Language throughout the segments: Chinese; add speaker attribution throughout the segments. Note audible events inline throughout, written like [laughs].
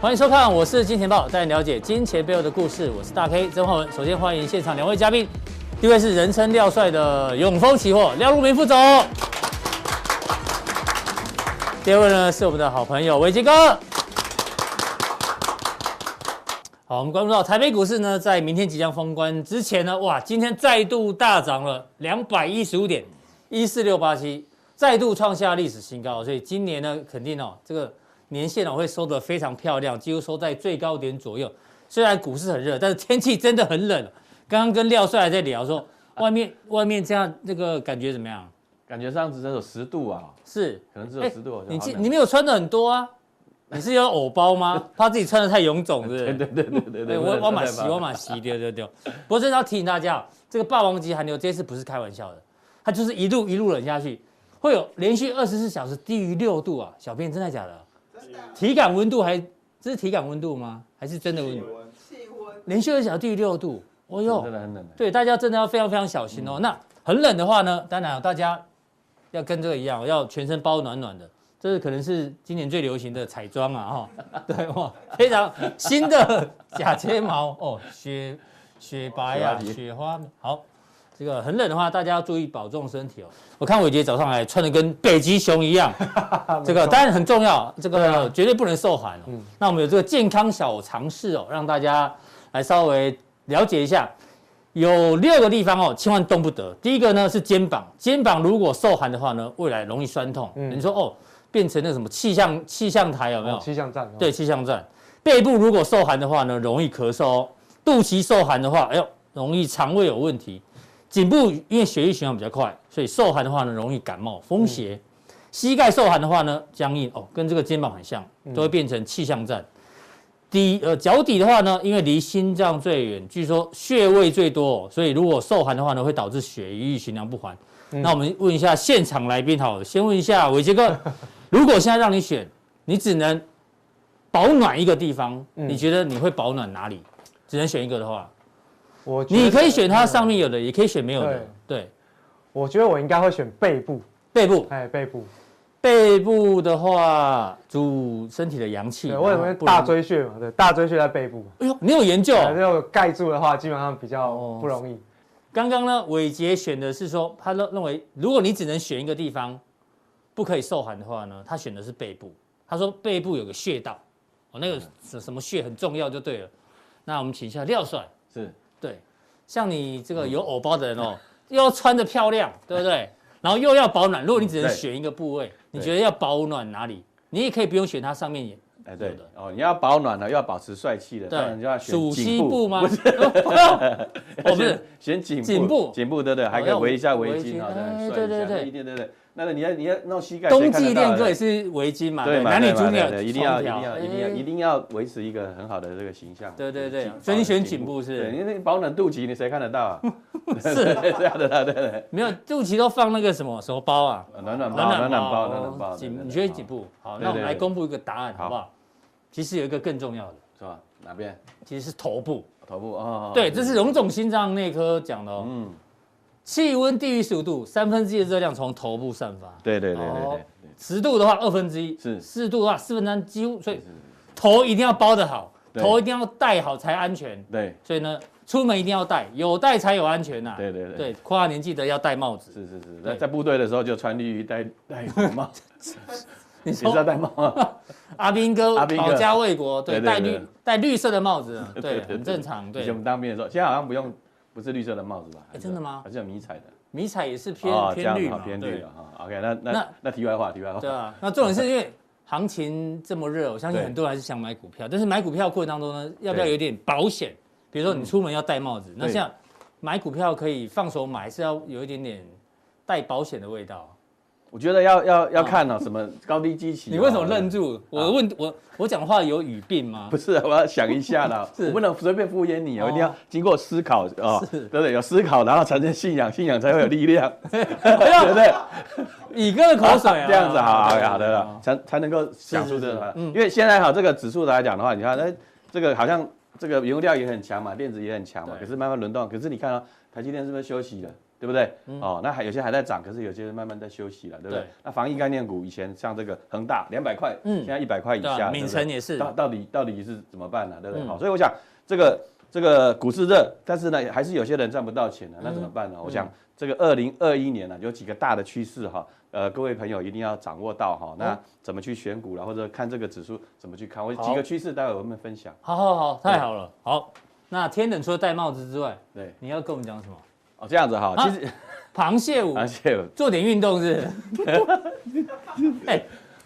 Speaker 1: 欢迎收看，我是金钱豹，带你了解金钱背后的故事。我是大 K 曾焕文。首先欢迎现场两位嘉宾，第一位是人称廖帅的永丰期货廖路明副总，第二位呢是我们的好朋友维基哥。好，我们关注到台北股市呢，在明天即将封关之前呢，哇，今天再度大涨了两百一十五点，一四六八七，再度创下历史新高。所以今年呢，肯定哦，这个年限哦会收得非常漂亮，几乎收在最高点左右。虽然股市很热，但是天气真的很冷。刚刚跟廖帅还在聊说，外面外面这样那个感觉怎么样？
Speaker 2: 感觉上只有十度啊，
Speaker 1: 是，
Speaker 2: 可能只有十度好
Speaker 1: 哎
Speaker 2: 像
Speaker 1: 你
Speaker 2: 好
Speaker 1: 记
Speaker 2: 冷
Speaker 1: 你没有穿的很多啊，你是有偶包吗？怕自己穿的太臃肿，是不是？
Speaker 2: [laughs] 对对对对对，
Speaker 1: 对，我我马西，我马西，对对对。不过真的要提醒大家，哦这个霸王级寒流这次不是开玩笑的，它就是一路一路冷下去，会有连续二十四小时低于六度啊！小编真的假的？啊体感温度还这是体感温度吗？还是真的温度？
Speaker 3: 气温
Speaker 1: 连续二十四小时低于六度，哦哟，
Speaker 2: 真的很冷。欸
Speaker 1: 对，大家真的要非常非常小心哦。那很冷的话呢，当然、啊大家要跟这个一样，要全身包暖暖的。这是可能是今年最流行的彩妆啊，哈、 [laughs] 对哇，非常新的假睫毛哦，雪雪白呀、
Speaker 2: 雪花皮
Speaker 1: 雪花好。这个很冷的话，大家要注意保重身体哦。我看伟杰早上来穿的跟北极熊 [laughs] 一样，这个当然很重要，这个绝对不啊能受寒哦。那我们有这个健康小常识哦，让大家来稍微了解一下。有六个地方哦，千万动不得。第一个呢是肩膀，肩膀如果受寒的话呢，未来容易酸痛。你说哦，变成那个什么气象气象台有没有？
Speaker 4: 气象站嗯哦
Speaker 1: 对，气象站。背部如果受寒的话呢，容易咳嗽哦；肚脐受寒的话，哎呦，容易肠胃有问题。颈部因为血液循环比较快，所以受寒的话呢，容易感冒、风邪。膝盖受寒的话呢，僵硬哦，跟这个肩膀很像，都会变成气象站。底呃脚底的话呢，因为离心脏最远，据说穴位最多哦，所以如果受寒的话呢，会导致血液循环不环。
Speaker 4: 嗯
Speaker 1: 那我们问一下现场来宾好了，先问一下伟杰
Speaker 4: [laughs]
Speaker 1: 哥，如果现在让你选，你只能保暖一个地方，
Speaker 4: 嗯
Speaker 1: 你觉得你会保暖哪里？只能选一个的话，
Speaker 4: 我觉得
Speaker 1: 你可以选它上面有的，也可以选没有的。对，
Speaker 4: 我觉得我应该会选背部，
Speaker 1: 背部，
Speaker 4: 哎，背部，
Speaker 1: 背部的话，主身体的阳气。
Speaker 4: 对，我
Speaker 1: 然
Speaker 4: 有
Speaker 1: 后
Speaker 4: 为
Speaker 1: 不
Speaker 4: 大
Speaker 1: 容易。
Speaker 4: 椎穴嘛，对，大椎穴在背部，
Speaker 1: 哎呦，你有研究哦？
Speaker 4: 对这个盖住的话，基本上比较
Speaker 1: 哦
Speaker 4: 不容易。
Speaker 1: 刚刚呢，伟杰选的是说，他认认为，如果你只能选一个地方，不可以受寒的话呢，他选的是背部。他说背部有个穴道，哦，那个
Speaker 2: 嗯
Speaker 1: 什什么穴很重要就对了。那我们请一下廖帅，
Speaker 2: 是
Speaker 1: 对，像你这个有偶包的人哦，
Speaker 2: 嗯
Speaker 1: 又要穿的漂亮，对不
Speaker 2: [laughs]
Speaker 1: 对？然后又要保暖，如果你只能
Speaker 2: 对
Speaker 1: 选一个部位，你
Speaker 2: 嗯对
Speaker 1: 觉得要保暖哪里？你也可以不用选它上面也
Speaker 2: 哎
Speaker 1: 有
Speaker 2: 对
Speaker 1: 的
Speaker 2: 哦，你要保暖了，又要保持帅气的，当然就要
Speaker 1: 对，
Speaker 2: 选
Speaker 1: 属
Speaker 2: 颈
Speaker 1: 西部吗？
Speaker 2: 不是
Speaker 1: [laughs] 哦，
Speaker 2: [laughs] 要
Speaker 1: 不是
Speaker 2: 选，选颈部，
Speaker 1: 颈部哦
Speaker 2: 颈部对对，还可以
Speaker 1: 要
Speaker 2: 围一下
Speaker 1: 围
Speaker 2: 围
Speaker 1: 巾
Speaker 2: 巾，好像
Speaker 1: 哎
Speaker 2: 很
Speaker 1: 对
Speaker 2: 帅一
Speaker 1: 对对
Speaker 2: 下，对对对对。那个你要你 [laughs] 要弄膝盖，谁
Speaker 1: 冬
Speaker 2: 看得
Speaker 1: 季
Speaker 2: 到
Speaker 1: 练
Speaker 2: 的
Speaker 1: 歌也是围巾嘛，
Speaker 2: 对嘛
Speaker 1: 男女
Speaker 2: 对嘛
Speaker 1: 主
Speaker 2: 对
Speaker 1: 女
Speaker 2: 对一定要一定要
Speaker 1: 哎
Speaker 2: 一定要一定要维持一个很好的这个形象。
Speaker 1: 对对
Speaker 2: 就
Speaker 1: 对
Speaker 2: 是颈
Speaker 1: 所以你
Speaker 2: 保暖
Speaker 1: 选颈部是
Speaker 2: 对，因为保暖肚脐，你谁看得
Speaker 1: [laughs]
Speaker 2: 到啊？ [laughs] 是这样的啦，对对对。
Speaker 1: 没有肚脐都放那个什么什么包啊，
Speaker 2: 暖暖包，暖暖包，暖暖包，对
Speaker 1: 颈，
Speaker 2: 对
Speaker 1: 你
Speaker 2: 对
Speaker 1: 觉得
Speaker 2: 好
Speaker 1: 颈部好？
Speaker 2: 对
Speaker 1: 那我们
Speaker 2: 对
Speaker 1: 来
Speaker 2: 对
Speaker 1: 公布一个答案好不好？其实有一个更重要的，
Speaker 2: 是吧？哪边？
Speaker 1: 其实是头部。
Speaker 2: 头部哦。哦
Speaker 1: 对，这是荣总心脏内科讲的哦。
Speaker 2: 嗯，
Speaker 1: 气温低于十五度，三分之一的热量从头部散发。
Speaker 2: 对对对对
Speaker 1: 哦
Speaker 2: 对，
Speaker 1: 十度的话，二分之一；
Speaker 2: 是
Speaker 1: 四度的话，四分之三，几乎所以头一定要包得好，
Speaker 2: 对
Speaker 1: 头一定要戴好才安全。
Speaker 2: 对
Speaker 1: 所以呢，出门一定要戴，有戴才有安全呐、啊
Speaker 2: 对对对
Speaker 1: 对，跨年记得要戴帽子。
Speaker 2: 是是是，
Speaker 1: 对
Speaker 2: 在在部队的时候就穿绿衣，戴戴红帽，
Speaker 1: 你
Speaker 2: 你知道戴帽吗？
Speaker 1: 阿兵哥
Speaker 2: 阿兵哥
Speaker 1: 保家卫国，对，
Speaker 2: 对对
Speaker 1: 戴
Speaker 2: 对
Speaker 1: 绿
Speaker 2: 对
Speaker 1: 戴绿色的帽
Speaker 2: [laughs]
Speaker 1: 子，
Speaker 2: 对
Speaker 1: 对，
Speaker 2: 对对
Speaker 1: 很正常。
Speaker 2: 以前我
Speaker 1: 对，
Speaker 2: 们当兵的时候，现在好像不用，不是绿色的帽子吧？还是
Speaker 1: 真的吗
Speaker 2: 还是有迷彩的，
Speaker 1: 迷彩也是
Speaker 2: 哦
Speaker 1: 偏
Speaker 2: 这
Speaker 1: 偏
Speaker 2: 样
Speaker 1: 绿
Speaker 2: 好
Speaker 1: 嘛，
Speaker 2: 偏
Speaker 1: 对
Speaker 2: 绿的哈。OK，那
Speaker 1: 那
Speaker 2: 那那题外话，题外话。
Speaker 1: 对啊，那重点是因为行情这么热，我相信
Speaker 2: 对
Speaker 1: 很多人还是想买股票，但是买股票过程当中呢，要不要
Speaker 2: 对嗯
Speaker 1: 有点保险？比如说你出门要戴帽子，那
Speaker 2: 对
Speaker 1: 像买股票可以放手买，是要有一点点带保险的味道。
Speaker 2: 我觉得要要要看哦，什么高低基期哦。
Speaker 1: 你为什么愣住？我问我我讲话有语病吗
Speaker 2: [laughs] 不？是，我要想一下啦，
Speaker 1: [laughs] 是
Speaker 2: 我不能随便敷衍你，我一定
Speaker 1: 哦
Speaker 2: 要经过思考哦，
Speaker 1: 是
Speaker 2: 对不对？有思考，然后产生信仰，信仰才会有力量，
Speaker 1: [laughs] 哎
Speaker 2: 对不
Speaker 1: 呀，
Speaker 2: 对？
Speaker 1: 乙哥的口水啊，
Speaker 2: [laughs] 这样子，好好
Speaker 1: 对
Speaker 2: 好的了，，才才能够想出
Speaker 1: 是
Speaker 2: 这
Speaker 1: 是
Speaker 2: 个
Speaker 1: 嗯。
Speaker 2: 因为现在哈，这个指数来讲的话，你看，哎，这个好像这个原料也很强嘛，电子也很强嘛，
Speaker 1: 对
Speaker 2: 哦可是慢慢轮动，可是你看啊，台积电是不是休息了？对不对？哦，那还有些还在涨，可是有些慢慢在休息了，对不对
Speaker 1: 嗯对？
Speaker 2: 那防疫概念股以前像这个恒大两百块，
Speaker 1: 嗯
Speaker 2: 现在一百块以
Speaker 1: 对啊
Speaker 2: 下，
Speaker 1: 闽
Speaker 2: 对不对
Speaker 1: 城也是
Speaker 2: 到到底到底是怎么办呢、对不对？
Speaker 1: 嗯
Speaker 2: 好，所以我想这个这个股市热，但是呢，还是有些人赚不到钱的、那怎
Speaker 1: 嗯
Speaker 2: 么办呢？我想这个二零二一年呢、有几个大的趋势哈、呃，各位朋友一定要掌握到哈、那怎么去选股啦，或者看这个指数怎么去看，我几
Speaker 1: 哦好
Speaker 2: 个趋势待会我们分享。
Speaker 1: 好好好，太好了。好，那天冷除了戴帽子之外，
Speaker 2: 对，
Speaker 1: 你要跟我们讲什么？
Speaker 2: 哦，这样子哈、
Speaker 1: 啊
Speaker 2: 其实
Speaker 1: 螃蟹舞，
Speaker 2: 而且 [laughs]
Speaker 1: 做点运动是不是？哎，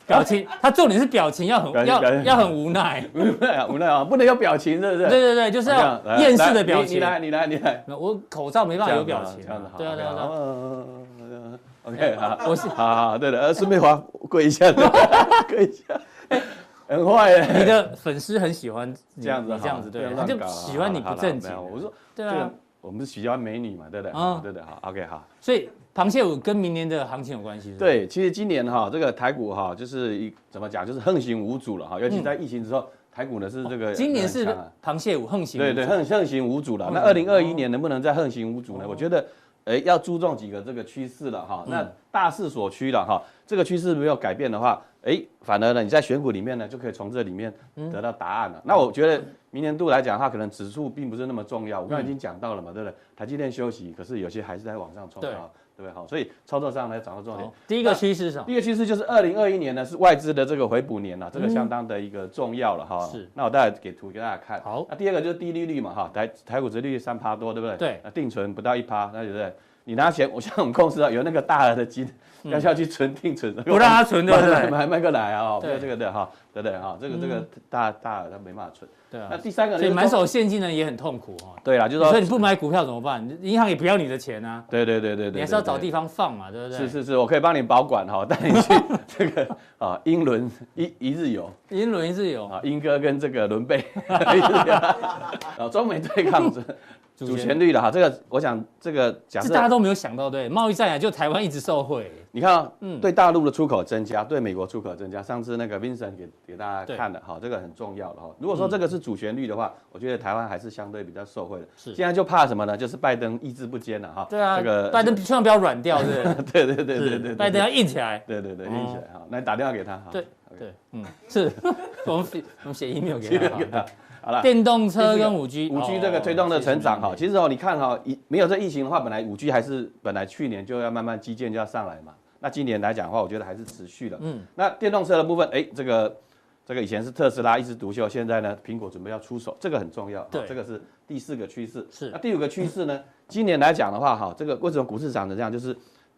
Speaker 1: 表情，他重点是表情要
Speaker 2: 表
Speaker 1: 很
Speaker 2: 情
Speaker 1: 要
Speaker 2: 表情
Speaker 1: 要很无奈。
Speaker 2: 无奈啊，无奈啊，不能有表情，是不是？
Speaker 1: 对对对，就是
Speaker 2: 这样，
Speaker 1: 要
Speaker 2: 来
Speaker 1: 厌世
Speaker 2: 来
Speaker 1: 的表
Speaker 2: 你
Speaker 1: 情
Speaker 2: 你。来，你来，你来。
Speaker 1: 没有我口罩没办法有
Speaker 2: 这样
Speaker 1: 表
Speaker 2: 子啊
Speaker 1: 情
Speaker 2: 这样子
Speaker 1: 啊。
Speaker 2: 好。
Speaker 1: 对啊对啊对
Speaker 2: 好
Speaker 1: 啊。
Speaker 2: 嗯嗯嗯嗯 OK，好，
Speaker 1: 我是
Speaker 2: 好好，对的，呃，孙美华跪一下，
Speaker 1: [laughs]
Speaker 2: 跪一下，很坏耶，
Speaker 1: 你的粉丝很喜欢你
Speaker 2: 这样子
Speaker 1: 你
Speaker 2: 哈，
Speaker 1: 这样子对，
Speaker 2: 不
Speaker 1: 他
Speaker 2: 要乱
Speaker 1: 就
Speaker 2: 搞啊
Speaker 1: 喜欢你不正经
Speaker 2: 好啦好啦没有。我说
Speaker 1: 对
Speaker 2: 这
Speaker 1: 啊
Speaker 2: 个，，我们是喜欢美女嘛，对不对？
Speaker 1: 嗯
Speaker 2: 对的，好，OK，好。
Speaker 1: 所以螃蟹舞跟明年的行情有关系。是不是，
Speaker 2: 对，其实今年哈，这个台股哈，就是一怎么讲，就是横行无阻了哈，尤其在疫情之后，台股呢是这个
Speaker 1: 嗯哦今年
Speaker 2: 很
Speaker 1: 是
Speaker 2: 强啊
Speaker 1: 螃蟹舞横行无阻。
Speaker 2: 对对，横横行无阻了。那二
Speaker 1: 横行
Speaker 2: 零二一年能不能再横行无阻呢？
Speaker 1: 哦
Speaker 2: 我觉得，诶，要注重几个这个趋势了
Speaker 1: 嗯
Speaker 2: 哈。那大势所趋了哈，这个趋势没有改变的话，诶，反而呢，你在选股里面呢，就可以从这里面
Speaker 1: 嗯
Speaker 2: 得到答案了。那我觉得明年度来讲的话，可能指数并不是那么重
Speaker 1: 嗯
Speaker 2: 要。我刚才已经讲到了嘛，对不对？台积电休息，可是有些还是在往上冲
Speaker 1: 对
Speaker 2: 啊，对不对？好，所以操作上呢，掌握重点
Speaker 1: 好。第一个趋势是什么？
Speaker 2: 第一个趋势就是二零二一年呢是外资的这个回补年啊了、这个相当的一个重要了哈。
Speaker 1: 嗯是
Speaker 2: 那我待会给图给大家看。
Speaker 1: 好
Speaker 2: 那第二个就是低利率嘛哈，台台股殖利率三趴多，对不对？
Speaker 1: 对
Speaker 2: 那定存不到一趴，那对不对？你拿钱，我像我们公司啊，有那个大额的金，要要去存定存，
Speaker 1: 嗯不让它存对不对
Speaker 2: 卖卖卖过来啊，
Speaker 1: 对
Speaker 2: 没有这个的哈，对不对哈？这个这个大大额它没办法存。
Speaker 1: 对
Speaker 2: 那
Speaker 1: 啊，
Speaker 2: 第三个呢，
Speaker 1: 所以
Speaker 2: 就是
Speaker 1: 满
Speaker 2: 说
Speaker 1: 手现金呢也很痛苦哦。
Speaker 2: 对啦，就是
Speaker 1: 所以
Speaker 2: 说，
Speaker 1: 你不买股票怎么办？银行也不要你的钱啊，
Speaker 2: 对对对对对，
Speaker 1: 你还是要
Speaker 2: 对
Speaker 1: 找
Speaker 2: 对
Speaker 1: 地方放嘛，对不对？
Speaker 2: 是。是是，我可以帮你保管哈，带你去 [laughs] 这个啊英伦一一日游。
Speaker 1: 英伦是有
Speaker 2: 啊，英哥跟这个伦贝， [laughs] 啊，中美对
Speaker 1: [laughs]
Speaker 2: 抗主主旋律了哈。这个我想，这个假
Speaker 1: 这大家
Speaker 2: 设
Speaker 1: 都没有想到，对贸易战啊，就台湾一直受惠。
Speaker 2: 你看啊
Speaker 1: 嗯，
Speaker 2: 对大陆的出口增加，对美国出口增加。上次那个 Vincent 给给大
Speaker 1: 对嗯
Speaker 2: 家看了哈，这个很重要了哈。如果说这个是主旋律的话，我觉得台湾还是相对比较受惠的。
Speaker 1: 是
Speaker 2: 现在就怕什么呢？就是拜登意志不坚了哈。
Speaker 1: 对啊
Speaker 2: 这个，
Speaker 1: 拜登千万不要软掉，对不
Speaker 2: [laughs] 对对
Speaker 1: 对？
Speaker 2: 对对对
Speaker 1: 是
Speaker 2: 对，
Speaker 1: 拜登要硬起来。
Speaker 2: 对对对，
Speaker 1: 哦
Speaker 2: 硬起来哈。那你打电话给他哈。
Speaker 1: 对
Speaker 2: OK，
Speaker 1: 对，嗯，是 [laughs] 我们写我们写 email 给
Speaker 2: 接
Speaker 1: 他
Speaker 2: 着给 [laughs]
Speaker 1: 好。
Speaker 2: 他。好了，
Speaker 1: 电动车跟五 G，哦
Speaker 2: 五 G 这个推动的成长哈，其
Speaker 1: 实
Speaker 2: 实哦，你看哈，一没有这疫情的话，本来五 G 还是本来去年就要慢慢基建就要上来嘛。那今年来讲的话，我觉得还是持续了。
Speaker 1: 嗯
Speaker 2: 嗯，那电动车的部分，哎，这个这个以前是特斯拉一枝独秀，现在呢，苹果准备要出手，这个很重要。
Speaker 1: 对
Speaker 2: 哦这个是第四个趋势。
Speaker 1: 是
Speaker 2: 那第五个趋势呢？今年来讲的话，哈，这个为什么股市涨成这样？就是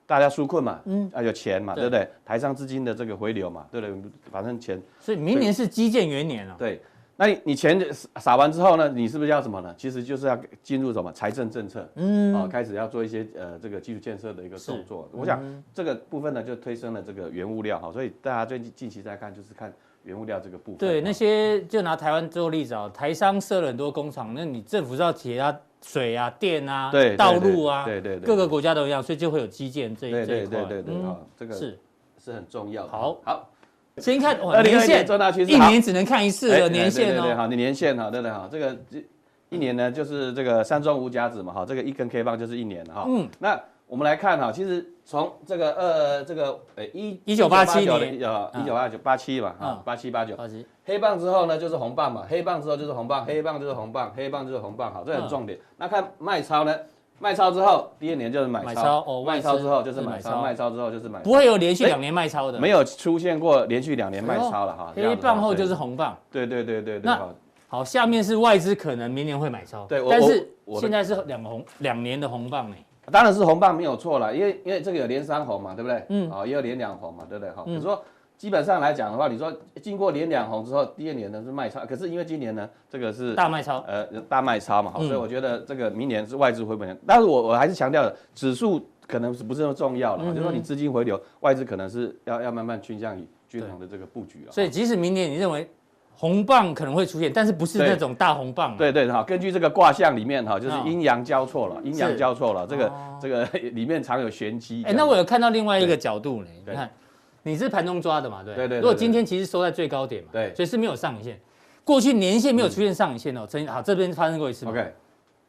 Speaker 2: 大家纾困嘛，嗯，啊有钱嘛，
Speaker 1: 对
Speaker 2: 对不对？台商资金的这个回流嘛，对不对？反正钱
Speaker 1: 所以明年是基建元年啊。
Speaker 2: 对，那你你钱撒完之后呢，你是不是要什么呢？其实就是要进入什么财政政策，嗯，啊、开始要做一些呃这个基础建设的一个动作。我
Speaker 1: 嗯
Speaker 2: 想、这个部分呢，就推升了这个原物料哈，所以大家最近近期在看就是看原物料这个部分。
Speaker 1: 对，
Speaker 2: 啊
Speaker 1: 那些就拿台湾做例子啊，台商设了很多工厂，那你政府是要提啊水啊、电啊、
Speaker 2: 对对
Speaker 1: 道路啊，
Speaker 2: 对对对对
Speaker 1: 各个国家都一样，所以就会有基建这一
Speaker 2: 对
Speaker 1: 这
Speaker 2: 对
Speaker 1: 一块。
Speaker 2: 对对对啊、
Speaker 1: 嗯
Speaker 2: 这个
Speaker 1: 是。
Speaker 2: 是很重要的。
Speaker 1: 好
Speaker 2: 好，
Speaker 1: 先看哇
Speaker 2: 2021
Speaker 1: 年限，
Speaker 2: 年重大趋势
Speaker 1: 一
Speaker 2: 好
Speaker 1: 年只能看一次
Speaker 2: 哎
Speaker 1: 的
Speaker 2: 哎
Speaker 1: 年
Speaker 2: 对
Speaker 1: 限
Speaker 2: 对对，
Speaker 1: 哦。
Speaker 2: 好，你年限哈，对对哈，这个这一年呢就是这个山中无甲子嘛哈，这个一根 K 棒就是一年哈。
Speaker 1: 嗯
Speaker 2: 嗯，那我们来看哈，其实从这个呃这个呃一
Speaker 1: 1987
Speaker 2: 呃
Speaker 1: 嗯
Speaker 2: 一九八九八七嘛哈
Speaker 1: 嗯，
Speaker 2: 八七八九
Speaker 1: 好奇
Speaker 2: 黑棒之后呢就是红棒嘛，黑棒之后就是红棒，黑棒就是红棒，黑棒就是红棒，好，这
Speaker 1: 嗯
Speaker 2: 很重点。那看卖超呢？卖超之后，第二年就是买
Speaker 1: 买超
Speaker 2: 超，
Speaker 1: 哦
Speaker 2: 卖
Speaker 1: 外
Speaker 2: 超
Speaker 1: 资
Speaker 2: 之后就是
Speaker 1: 是买
Speaker 2: 买
Speaker 1: 超
Speaker 2: 超，卖超之后就是买
Speaker 1: 不会有连续两年卖超的，
Speaker 2: 哎没
Speaker 1: 有
Speaker 2: 有出现过连续两年卖超了哈。这样
Speaker 1: 哎黑
Speaker 2: 子
Speaker 1: 棒
Speaker 2: 哈
Speaker 1: 后
Speaker 2: 所以
Speaker 1: 就是红棒。
Speaker 2: 对对对对对。
Speaker 1: 那
Speaker 2: 哈
Speaker 1: 好，下面是外资可能明年会买超，
Speaker 2: 对我
Speaker 1: 但是
Speaker 2: 我我的
Speaker 1: 现在是两红两年的红棒呢。
Speaker 2: 当然是红棒没有错了，因为因为这个有连三红嘛，对不对？嗯，啊、也有连两红嘛，对不对？
Speaker 1: 嗯
Speaker 2: 哈、可是说基本上来讲的话，你说经过连两红之后，第二年呢是卖超，可是因为今年呢，这个是
Speaker 1: 大卖超，
Speaker 2: 呃大卖超嘛，好、
Speaker 1: 嗯
Speaker 2: 所以我觉得这个明年是外资回本，但是我我还是强调的，指数可能是不是那么重
Speaker 1: 嗯
Speaker 2: 要了，就是说你资金回流，外资可能是要要慢慢倾向于均衡的这个布局啊哦了。
Speaker 1: 所以即使明年你认为红棒可能会出现，但是不是
Speaker 2: 对
Speaker 1: 那种大红棒嘛？啊
Speaker 2: 对对哈，根据这个卦象里面哈，就是
Speaker 1: 哦
Speaker 2: 阴阳交错了，阴阳
Speaker 1: 是
Speaker 2: 交错了，这个、
Speaker 1: 哦
Speaker 2: 这个 [laughs] 里面常有玄机。
Speaker 1: 哎、那我有看到另外一个角度呢，你
Speaker 2: 对
Speaker 1: 看，你是盘中抓的嘛，对不
Speaker 2: 对对对
Speaker 1: 如果今天其实收在最高点嘛，
Speaker 2: 对
Speaker 1: 所以是没有上影线，过去年线没有出现上影线哦，曾好这边发生过一次嘛
Speaker 2: OK，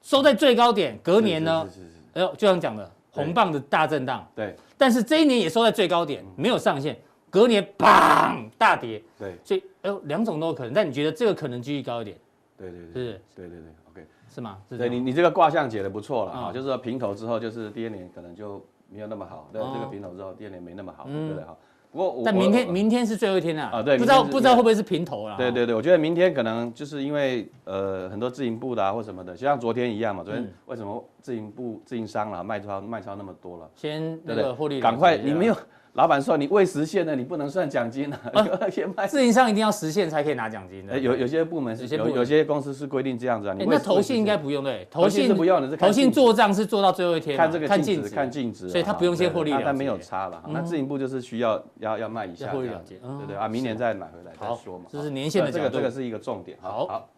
Speaker 1: 收在最高点，隔年呢，
Speaker 2: 是是是是
Speaker 1: 哎呦，就像讲的，红棒的大震荡，
Speaker 2: 对
Speaker 1: 但是这一年也收在最高点，没有上限，隔年砰大跌，
Speaker 2: 对
Speaker 1: 所以哎呦两种都有可能，但你觉得这个可能几率高一点，
Speaker 2: 对对
Speaker 1: 是不
Speaker 2: 对
Speaker 1: 是？
Speaker 2: 对对对，OK。
Speaker 1: 是吗？是这
Speaker 2: 对
Speaker 1: 样
Speaker 2: 你，你这个卦象解的不错了哈，
Speaker 1: 嗯
Speaker 2: 就是说平头之后，就是第二年可能就没有那么好，对，
Speaker 1: 哦
Speaker 2: 这个平头之后，第二年没那么好，
Speaker 1: 嗯
Speaker 2: 对不对哈？不过我
Speaker 1: 但明天
Speaker 2: 我
Speaker 1: 明天是最后一天啦，
Speaker 2: 啊对
Speaker 1: 不知道
Speaker 2: 明天是
Speaker 1: 不知道会不会是平头啦？
Speaker 2: 对对对，我觉得明天可能就是因为呃很多自营部的啊或什么的，就像昨天一样嘛，昨天
Speaker 1: 嗯
Speaker 2: 为什么自营部自营商啦卖超卖超那么多了？
Speaker 1: 先那
Speaker 2: 对不
Speaker 1: 个
Speaker 2: 对？
Speaker 1: 获利了结一下，
Speaker 2: 赶快，你没有老板说你未实现的，你不能算奖金啊， [laughs] 先卖。
Speaker 1: 自营商一定要实现才可以拿奖金
Speaker 2: 哎，
Speaker 1: 的。
Speaker 2: 有有些部门是
Speaker 1: 啊有些部
Speaker 2: 有
Speaker 1: 门
Speaker 2: 有些公司是规定这样子啊，你
Speaker 1: 哎
Speaker 2: 未
Speaker 1: 那
Speaker 2: 实
Speaker 1: 投信应该
Speaker 2: 未实
Speaker 1: 不用对，
Speaker 2: 投
Speaker 1: 投
Speaker 2: 信是
Speaker 1: 信
Speaker 2: 不要的，是看
Speaker 1: 投信
Speaker 2: 净值
Speaker 1: 做账是做到最后一天嘛，
Speaker 2: 看这个净值，看
Speaker 1: 看净值
Speaker 2: 净值啊，
Speaker 1: 所以他不用先获利
Speaker 2: 对
Speaker 1: 了
Speaker 2: 那
Speaker 1: 结
Speaker 2: 但没有差了。那自营部就是需要要要卖一下
Speaker 1: 要获利
Speaker 2: 这样
Speaker 1: 了结
Speaker 2: 子对
Speaker 1: 嗯
Speaker 2: 对啊，明年再买回来再
Speaker 1: 好
Speaker 2: 说嘛。
Speaker 1: 这是年限的
Speaker 2: 这个
Speaker 1: 角
Speaker 2: 这
Speaker 1: 度
Speaker 2: 个是一个重点。
Speaker 1: 好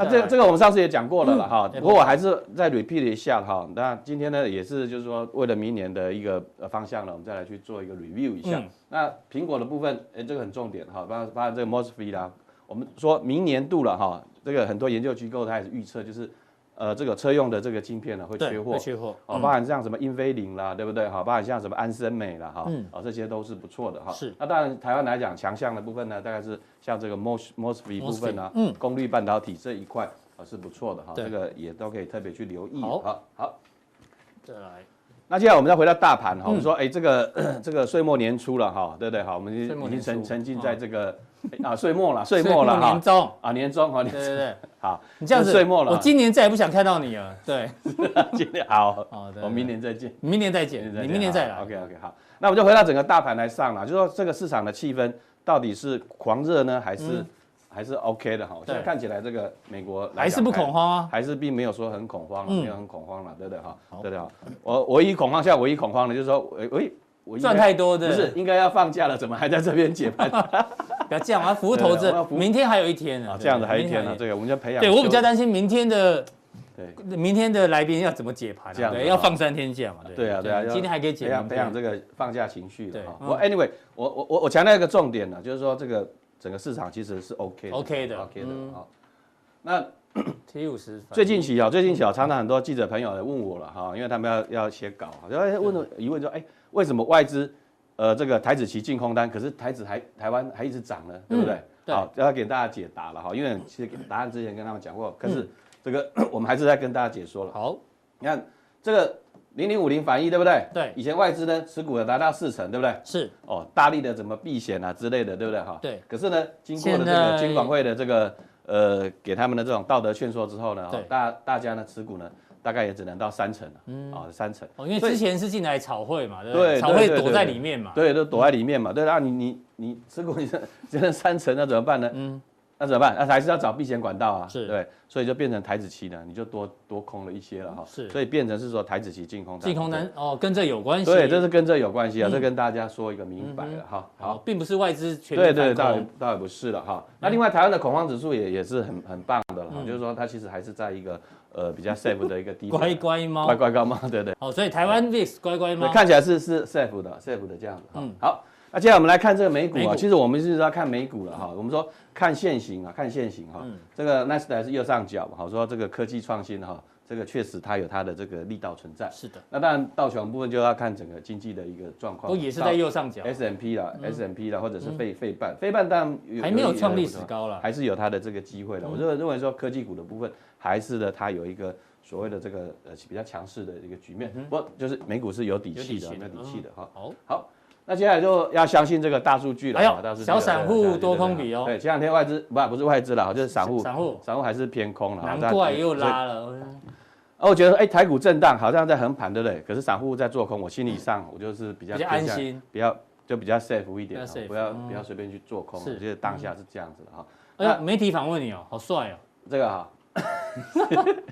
Speaker 2: 那
Speaker 1: 再
Speaker 2: 这
Speaker 1: 来
Speaker 2: 个这个我们上次也讲过了了哈，
Speaker 1: 哎
Speaker 2: 不过我还是再 repeat 一下哈。那今天呢，也是就是说为了明年的一个呃方向呢，我们再来去做一个 review 一下
Speaker 1: 嗯。
Speaker 2: 那苹果的部分，哎，这个很重点哈，包包括这个 mosfet 啦，我们说明年度了哈，这个很多研究机构它也是预测，就是呃这个车用的这个晶片呢会
Speaker 1: 对
Speaker 2: 缺货
Speaker 1: 会，缺货。
Speaker 2: 好、哦包含像什么英飞凌啦，对不对？好，包含像什么安森美啦，哈、
Speaker 1: 嗯
Speaker 2: 哦，这些都是不错的哈。
Speaker 1: 是。
Speaker 2: 那当然，台湾来讲，强项的部分呢，大概是像这个 mos mosfet 部分啊，嗯，功率半导体这一块啊、哦是不错的哈，
Speaker 1: 对
Speaker 2: 这个也都可以特别去留意。
Speaker 1: 好
Speaker 2: 好，好。
Speaker 1: 再来，
Speaker 2: 那接下来我们再回到大盘哈，
Speaker 1: 嗯
Speaker 2: 我们说，哎、这个 [clears throat] 这个岁末年初了哈，对不对？哦好，我们已
Speaker 1: 岁
Speaker 2: 经
Speaker 1: 末
Speaker 2: 已
Speaker 1: 年
Speaker 2: 经沉
Speaker 1: 初
Speaker 2: 沉浸
Speaker 1: 啊
Speaker 2: 在这个、啊岁末了，岁末了
Speaker 1: 年
Speaker 2: 哈。
Speaker 1: 终，
Speaker 2: 啊，年终哈，
Speaker 1: 对
Speaker 2: 年
Speaker 1: 对
Speaker 2: [laughs]
Speaker 1: 对，
Speaker 2: 好，
Speaker 1: 你这样子
Speaker 2: 岁末了
Speaker 1: 我今年再也不想看到你了。对，
Speaker 2: 今天好，
Speaker 1: 好的
Speaker 2: 我明年再见。
Speaker 1: 明年再
Speaker 2: 明
Speaker 1: 见
Speaker 2: 年，再
Speaker 1: 你
Speaker 2: 见
Speaker 1: 明年再来。
Speaker 2: OK OK 好，那我们就回到整个大盘来上了，就说这个市场的气氛到底是狂热呢，还
Speaker 1: 嗯
Speaker 2: 是、还是 OK 的哈？现在看起来这个美国来讲
Speaker 1: 还是不恐，慌啊？
Speaker 2: 还是并没有说很恐慌了，
Speaker 1: 嗯
Speaker 2: 没有很恐慌了，对不对哈
Speaker 1: 好？
Speaker 2: 对不对哈？我唯一恐慌，现在唯一恐慌的就是说，喂喂，我应
Speaker 1: [laughs]
Speaker 2: 该
Speaker 1: 赚太多的
Speaker 2: 不是应该要放假了，怎么还在这边解
Speaker 1: [laughs]
Speaker 2: 盘
Speaker 1: 不要这样啊！服务投
Speaker 2: 对
Speaker 1: 资
Speaker 2: 我要服，务
Speaker 1: 明天还有一天呢
Speaker 2: 啊？。这样子还一天
Speaker 1: 呢
Speaker 2: 呢？？这个我们就培养
Speaker 1: 对
Speaker 2: 休。
Speaker 1: 我比较担心明天的
Speaker 2: 对
Speaker 1: 明天的来宾要怎么解盘啊？
Speaker 2: 这样子
Speaker 1: 对，
Speaker 2: 啊
Speaker 1: 要放三天假嘛？
Speaker 2: 对啊，对啊，要
Speaker 1: 今天还可以解
Speaker 2: 培养
Speaker 1: 明
Speaker 2: 培养
Speaker 1: 天。
Speaker 2: 这个放假情绪的
Speaker 1: 对
Speaker 2: 哈。
Speaker 1: 嗯
Speaker 2: 我 anyway，我我我我强调一个重点呢，就是说这个整个市场其实是 OK 的
Speaker 1: OK 的
Speaker 2: OK 的
Speaker 1: 嗯
Speaker 2: 哈。那
Speaker 1: T 五十
Speaker 2: 最近期啊，最近期啊，常常很多记者朋友来问我了哈，因为他们要要写稿，然后问了疑问说，哎，为什么外资呃这个台子期净空单，可是台子还台湾还一直涨呢，对不对？
Speaker 1: 嗯对
Speaker 2: 好，要给大家解答了哈，因为其实答案之前跟他们讲过，可
Speaker 1: 嗯
Speaker 2: 是这个 [coughs] 我们还是在跟大家解说了。
Speaker 1: 好，
Speaker 2: 你看这个零零五零反一，对不对？
Speaker 1: 对
Speaker 2: 以前外资呢持股的达到四成，对不对？
Speaker 1: 是
Speaker 2: 哦，大力的怎么避险啊之类的，对不对哈？
Speaker 1: 对。
Speaker 2: 可是呢，经过了这
Speaker 1: 现在
Speaker 2: 个金管会的这个呃给他们的这种道德劝说之后呢，
Speaker 1: 对
Speaker 2: 哦、大大家呢持股呢大概也只能到三成了，嗯，啊、三成。
Speaker 1: 哦，因为
Speaker 2: 所以
Speaker 1: 之前是进来炒汇嘛，对不
Speaker 2: 对
Speaker 1: 对？
Speaker 2: 对
Speaker 1: 炒汇
Speaker 2: 对
Speaker 1: 躲
Speaker 2: 对
Speaker 1: 在
Speaker 2: 对
Speaker 1: 里面嘛。
Speaker 2: 对，都躲在里面嘛。对，那、你你你持股你 [laughs] 这只能三成，那怎么办呢？嗯，那怎么办？那还是要找避险管道啊。
Speaker 1: 是
Speaker 2: 对，所以就变成台子期呢，你就多多空了一些了哈。
Speaker 1: 是
Speaker 2: 所以变成是说台子期净空单。
Speaker 1: 净空单哦，跟这有关系。哦嗯
Speaker 2: 对，这是跟这有关系啊，这跟大家说一个明白了哈。
Speaker 1: 好，
Speaker 2: 好，
Speaker 1: 并不是外资全
Speaker 2: 对
Speaker 1: 面
Speaker 2: 对，
Speaker 1: 看
Speaker 2: 倒也
Speaker 1: 空。
Speaker 2: 倒也不是了
Speaker 1: 嗯
Speaker 2: 哈。那另外台湾的恐慌指数也也是很很棒的了哈，就是说它其实还是在一个呃比较 safe 的一个低点
Speaker 1: 乖乖猫哦
Speaker 2: 乖，乖高嘛，对对。
Speaker 1: 好，所以台湾 VIX 乖乖
Speaker 2: 对，
Speaker 1: 猫，
Speaker 2: 看起来是是 safe 的，safe 的这样子哈。
Speaker 1: 嗯
Speaker 2: 好，那接下来我们来看这个美股
Speaker 1: 美股
Speaker 2: 啊，其实我们是要看美股了哈。我们说看现行啊，看现行哈。
Speaker 1: 嗯
Speaker 2: 这个 n a s d a 是右上角嘛，好说这个科技创新哈，这个确实它有它的这个力道存在。
Speaker 1: 是的，
Speaker 2: 那当然道琼部分就要看整个经济的一个状况。
Speaker 1: 都也是在右上角，
Speaker 2: S M P 啦、s M P 啦，或者是费费半，费半当然有
Speaker 1: 嗯还没有
Speaker 2: 点
Speaker 1: 创历
Speaker 2: 不
Speaker 1: 史
Speaker 2: 同
Speaker 1: 高啊嗯啦
Speaker 2: 还是有它的这个机会了。我认为认为说科技股的部分还是呢，它有一个所谓的这个呃比较强势的一个局面。不过就是美股是有底
Speaker 1: 嗯有
Speaker 2: 气
Speaker 1: 底
Speaker 2: 的，
Speaker 1: 气嗯
Speaker 2: 没有底气的哈。
Speaker 1: 好，
Speaker 2: 好，那接下来就要相信这个大数据了
Speaker 1: 哎呦
Speaker 2: 哈，大数据
Speaker 1: 小散户
Speaker 2: 对对对
Speaker 1: 多空比哦
Speaker 2: 对，前两天外资不不是外资了，就是散户，
Speaker 1: 散户
Speaker 2: 散户还是偏空了。
Speaker 1: 难
Speaker 2: 大家
Speaker 1: 怪又。
Speaker 2: 所以
Speaker 1: 拉了。
Speaker 2: 哦，我觉得哎，台股震荡好像在横盘，对不对？可是散户在做空，我心理上我就是比较
Speaker 1: 比较
Speaker 2: 偏
Speaker 1: 安
Speaker 2: 向
Speaker 1: 心，
Speaker 2: 比较就比较 safe 一点，
Speaker 1: 比较
Speaker 2: 哦
Speaker 1: safe，
Speaker 2: 不要
Speaker 1: 嗯
Speaker 2: 不要随便去做空。
Speaker 1: 是嗯
Speaker 2: 我觉得当下是这样子的哈。
Speaker 1: 哎呀，媒体访问你哦，好帅哦，
Speaker 2: 这个哈， [laughs]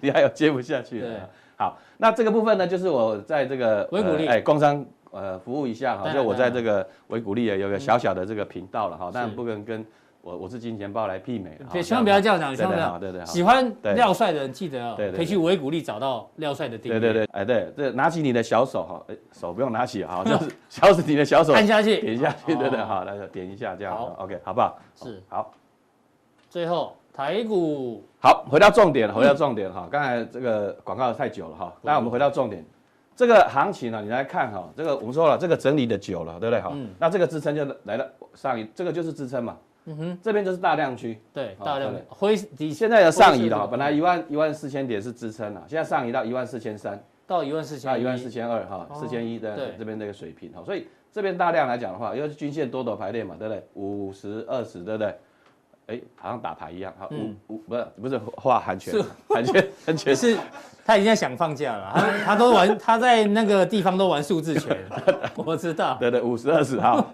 Speaker 2: 你还有接不下去
Speaker 1: 对
Speaker 2: 的。啊好，那这个部分呢，就是我在这个
Speaker 1: 维
Speaker 2: 维
Speaker 1: 骨力
Speaker 2: 哎工商呃服务一下
Speaker 1: 当
Speaker 2: 哈，
Speaker 1: 然
Speaker 2: 就我在
Speaker 1: 当然嗯
Speaker 2: 这个维谷利也有个小小的这个频道了哈，但不能跟我我是金钱豹来媲美啊了哈。
Speaker 1: 对，千万不要
Speaker 2: 这
Speaker 1: 这
Speaker 2: 样
Speaker 1: 样讲，
Speaker 2: 对
Speaker 1: 千万不
Speaker 2: 对
Speaker 1: 要
Speaker 2: 好。对对好
Speaker 1: 喜欢
Speaker 2: 对
Speaker 1: 廖帅的人，记得哦
Speaker 2: 对对对
Speaker 1: 可以去维谷力找到廖帅的订阅，
Speaker 2: 对对对，哎对，这拿起你的小手哈，哎手不用拿起哈，就是小指你的小手
Speaker 1: 按下去，
Speaker 2: 点下去，对对，
Speaker 1: 哦
Speaker 2: 好，来点一下这样
Speaker 1: 好
Speaker 2: ，OK，好不好？
Speaker 1: 是
Speaker 2: 好，
Speaker 1: 最后台股
Speaker 2: 好，回到重点，回到重点哈，刚才这个广告太久了哈，那我们回到重点，这个行情啊呢、你来看哈、这个我们说了，这个整理的久了，对不对？哈、那这个支撑就来了上移，这个就是支撑嘛。嗯哼，这边就是大量区，
Speaker 1: 对，
Speaker 2: 好
Speaker 1: 大量
Speaker 2: 对
Speaker 1: 灰底
Speaker 2: 现在有上移了哈，
Speaker 1: 灰色的
Speaker 2: 本来一万一万四千点是支撑了，啊现在上移到一万四千三，
Speaker 1: 到一万四
Speaker 2: 到
Speaker 1: 千
Speaker 2: 一万四千二哈，四千一的
Speaker 1: 对
Speaker 2: 这边这个水平哈，所以这边大量来讲的话，因为均线多头排列嘛，对不对？五十二十，对不对？哎，好像打牌一样哈，五五不是不是画韩拳
Speaker 1: 嗯是，
Speaker 2: 韩
Speaker 1: [laughs]
Speaker 2: 拳韩拳
Speaker 1: 也是他已经在想放假了，他他都玩，他在那个地方都玩数字拳，我知道。
Speaker 2: 对对，五十二十
Speaker 1: [laughs]
Speaker 2: 好，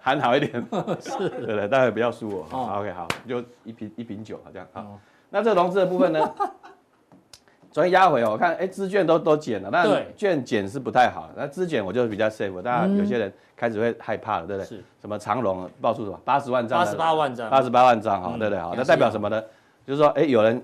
Speaker 2: 喊好一点，是，对对，待会不要输我。
Speaker 1: 哦嗯
Speaker 2: 好 OK，好，就一瓶一瓶酒，好啊这样好。那这融资的部
Speaker 1: [laughs]
Speaker 2: 分呢？昨天压回哦，我看哎，资券都都减了，那
Speaker 1: 对嗯
Speaker 2: 券减是不太好，那资减我就比较 safe，大家有些人开始会害怕了，对不对
Speaker 1: 是？
Speaker 2: 什么长隆爆出什么八十万张，
Speaker 1: 八十八万张，
Speaker 2: 八十八万张哈，哦
Speaker 1: 嗯
Speaker 2: 对不对？好，
Speaker 1: 也
Speaker 2: 那
Speaker 1: 是
Speaker 2: 代表
Speaker 1: 有
Speaker 2: 什么呢？就是说，哎，有人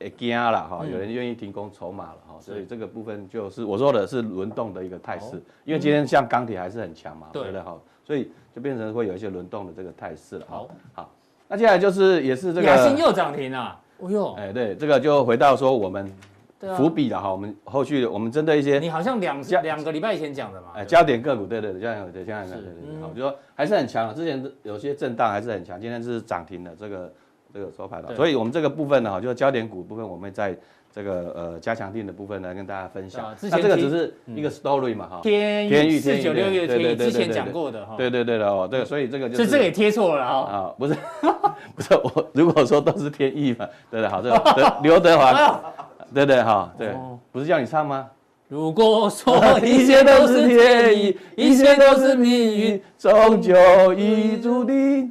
Speaker 2: 哎惊了哈，
Speaker 1: 嗯
Speaker 2: 有人愿意提供筹码了哈，所以
Speaker 1: 是
Speaker 2: 这个部分就是我说的是轮动的一个态势
Speaker 1: 哦，
Speaker 2: 因为今天像钢铁还是很强嘛，
Speaker 1: 对
Speaker 2: 对不对？哈，所以就变成会有一些轮动的这个态势了。
Speaker 1: 好
Speaker 2: 好，好，那接下来就是也是这
Speaker 1: 雅欣
Speaker 2: 个，
Speaker 1: 又涨停了，哦哟，
Speaker 2: 哎，对，这个就回到说我们
Speaker 1: 对啊
Speaker 2: 伏，笔了哈，我们后续我们针对一些
Speaker 1: 你好像两
Speaker 2: 加
Speaker 1: 两个礼拜前讲的嘛，对
Speaker 2: 哎，
Speaker 1: 吧
Speaker 2: 焦点个股，对对对，焦点个股，对焦点个股，对
Speaker 1: 嗯
Speaker 2: 对对，好，就说还是很强啊。之前有些震荡还是很强，今天是涨停的这个这个收盘了，
Speaker 1: 对
Speaker 2: 所以我们这个部分呢，哈，就是焦点股部分，我们在这个呃加强定的部分呢，跟大家分
Speaker 1: 对
Speaker 2: 享
Speaker 1: 啊。之前嗯
Speaker 2: 那这个只是一个 story 嘛，哈，
Speaker 1: 天
Speaker 2: 天域
Speaker 1: 四
Speaker 2: 天域
Speaker 1: 九六月
Speaker 2: 对
Speaker 1: 天
Speaker 2: 对
Speaker 1: 域
Speaker 2: 对
Speaker 1: 之前
Speaker 2: 对对
Speaker 1: 讲过的哈，
Speaker 2: 对对对的哦，对，所以这个就
Speaker 1: 所
Speaker 2: 是
Speaker 1: 以嗯这个也贴错了哈。
Speaker 2: 啊，不是 [laughs] 不是我，如果说都是天意嘛，对对，好，这个
Speaker 1: [laughs]
Speaker 2: 德刘德华，对对哈，对
Speaker 1: 哦，
Speaker 2: 不是叫你唱吗？
Speaker 1: 如果说
Speaker 2: 啊一切都是天意，一切都是命运，终究已注定。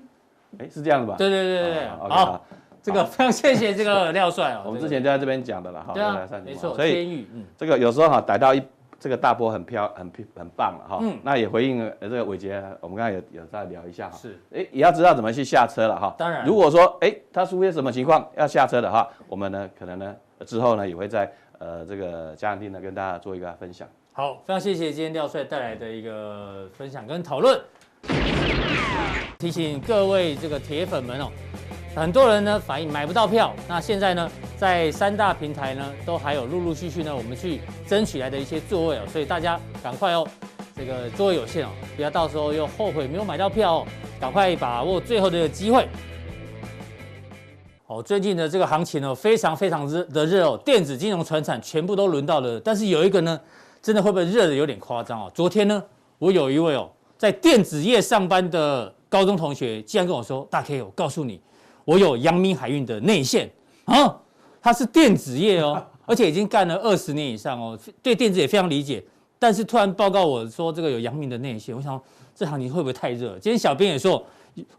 Speaker 2: 哎，是这样的吧？
Speaker 1: 对对对对对，
Speaker 2: 好，OK，啊
Speaker 1: 好
Speaker 2: 好，
Speaker 1: 这个非常谢谢这个廖帅哦，
Speaker 2: 我们
Speaker 1: 这
Speaker 2: 之
Speaker 1: 个
Speaker 2: 前就在这边讲的了哈，
Speaker 1: 对
Speaker 2: 对
Speaker 1: 啊
Speaker 2: 对上，节
Speaker 1: 没
Speaker 2: 目
Speaker 1: 错，
Speaker 2: 所以
Speaker 1: 天域，嗯，
Speaker 2: 这个有时候哈逮到一这个大波很漂很很棒啊了哈
Speaker 1: 嗯，
Speaker 2: 那也回应呃这个伟杰，我们刚才有有在聊一下哈，
Speaker 1: 是
Speaker 2: 哎也要知道怎么去下车了哈。
Speaker 1: 当然
Speaker 2: 如果说哎他出现什么情况要下车的话，我们呢可能呢之后呢也会在呃这个家长定呢跟大家做一个分享。
Speaker 1: 好，非常谢谢今天廖帅带来的一个分享跟讨论。提醒各位这个铁粉们哦，很多人呢反映买不到票，那现在呢在三大平台呢都还有陆陆续续呢我们去争取来的一些座位哦，所以大家赶快哦，这个座位有限哦，不要到时候又后悔没有买到票哦，赶快把握最后的机会。哦，最近的这个行情呢，非常非常热的热哦，电子、金融、船产全部都轮到了，但是有一个呢，真的会不会热的有点夸张哦？昨天呢，我有一位哦，在电子业上班的高中同学，竟然跟我说：“大 K，我告诉你，我有阳明海运的内线啊，他是电子业哦，而且已经干了二十年以上哦，对电子也非常理解。但是突然报告我说这个有阳明的内线，我想这行情会不会太热？今天小编也说，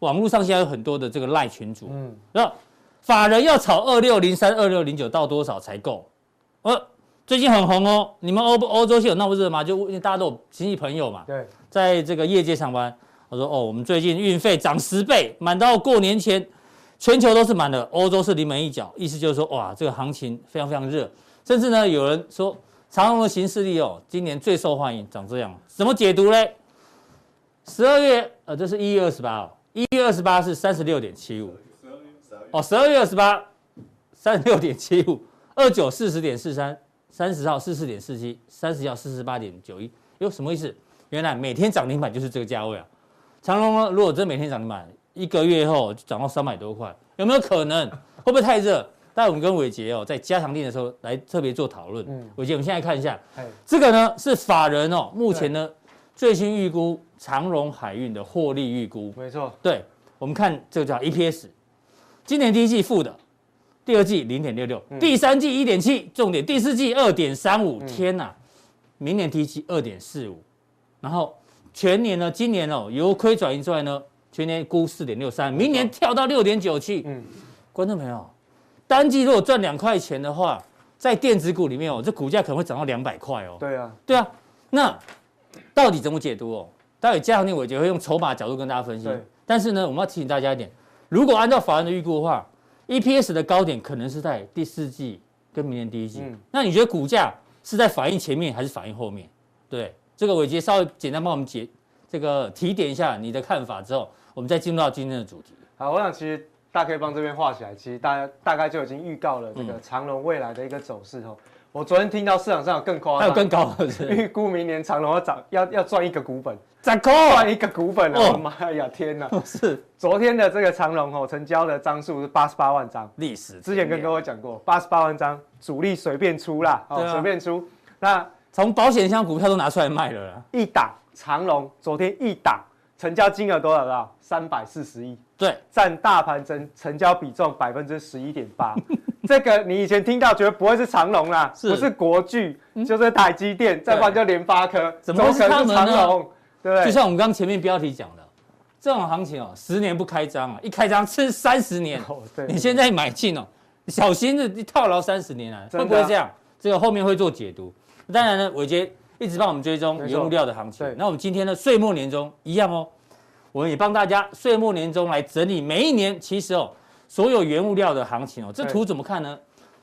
Speaker 1: 网络上现在有很多的这个赖群主，
Speaker 4: 嗯，
Speaker 1: 那法人要炒二六零三、二六零九到多少才够？呃，最近很红哦，你们欧欧洲线有那么热吗？就因为大家都有亲戚朋友嘛，
Speaker 4: 对，
Speaker 1: 在这个业界上班，我说哦，我们最近运费涨十倍，满到过年前，全球都是满的，欧洲是临门一脚，意思就是说哇，这个行情非常非常热，甚至呢有人说长荣的行事历哦，今年最受欢迎，长这样，怎么解读嘞？十二月呃，这是一月二十八哦，一月二十八是三十六点七五，哦，十二月二十八三十六点七五，二九四十点四三，三十号四十点四七，三十号四十八点九一，哟，什么意思？原来每天涨停板就是这个价位啊。长隆呢，如果真每天涨停板，一个月后就涨到三百多块，有没有可能？会不会太热？待会我们跟伟杰哦，在加强定的时候来特别做讨论。
Speaker 4: 嗯
Speaker 1: 伟杰，我们现在看一下，
Speaker 4: 哎，
Speaker 1: 这个呢是法人哦，目前呢最新预估长荣海运的获利预估。
Speaker 4: 没错，
Speaker 1: 对，我们看这个叫 EPS，今年第一季负的，第二季零点六六，第三季一点七，重点第四季二点三五，天哪，明年第一季二点四五，然后全年呢，今年哦由亏转盈之外呢，全年估四点六三，明年跳到六点九七，
Speaker 4: 嗯，
Speaker 1: 观众朋友，单季如果赚两块钱的话，在电子股里面哦，这股价可能会涨到两百块哦，
Speaker 4: 对啊，
Speaker 1: 对啊，那到底怎么解读哦？待会加强定，我就会用筹码角度跟大家分析
Speaker 4: 对。
Speaker 1: 但是呢，我们要提醒大家一点，如果按照法人的预估的话，EPS 的高点可能是在第四季跟明年第一季。
Speaker 4: 嗯
Speaker 1: 那你觉得股价是在反应前面还是反应后面？对，这个伟杰稍微简单帮我们解这个提点一下你的看法之后，我们再进入到今天的主题。
Speaker 4: 好，我想其实
Speaker 1: 嗯
Speaker 4: 大 K 帮这边画起来，其实大家大概就已经预告了这个长隆未来的一个走势哦。我昨天听到市场上有更夸张，
Speaker 1: 还有啊更高的是
Speaker 4: [laughs] 预估明年长隆要涨，要要赚一个股本，
Speaker 1: 涨高
Speaker 4: 赚一个股本
Speaker 1: 哦
Speaker 4: 啊！妈呀，天哪！
Speaker 1: 是
Speaker 4: 昨天的这个长隆哦，成交的张数是八十八万张，
Speaker 1: 历史
Speaker 4: 之前跟各位讲过，八十八万张，主力随便出啦，哦，
Speaker 1: 对啊
Speaker 4: 随便出。那
Speaker 1: 从保险箱股票都拿出来卖了啦。
Speaker 4: 一档长隆，昨天一档成交金额多少啊？三百四十亿，
Speaker 1: 对，
Speaker 4: 占大盘成成交比重百分之十一点
Speaker 1: [laughs]
Speaker 4: 八。这个你以前听到，绝对不会是长隆啦，
Speaker 1: 是嗯
Speaker 4: 不是国巨，就是台积电，再不然就联发科，
Speaker 1: 怎么会是
Speaker 4: 怎可能
Speaker 1: 他
Speaker 4: 是长
Speaker 1: 们呢
Speaker 4: 隆？对不对？
Speaker 1: 就像我们刚前面标题讲的，这种行情哦，十年不开张啊，一开张吃三十年。
Speaker 4: 哦对
Speaker 1: 你现在买进哦， [laughs] 小心的套牢三十年啊，
Speaker 4: 真的
Speaker 1: 会
Speaker 4: 啊
Speaker 1: 不会这样？这个后面会做解读。当然呢，伟杰一直帮我们追踪
Speaker 4: 没错
Speaker 1: 原物料的行情
Speaker 4: 对。
Speaker 1: 那我们今天呢，岁末年终一样哦，我们也帮大家岁末年终来整理每一年，其实哦，所有原物料的行情哦，这
Speaker 4: 对
Speaker 1: 图怎么看呢？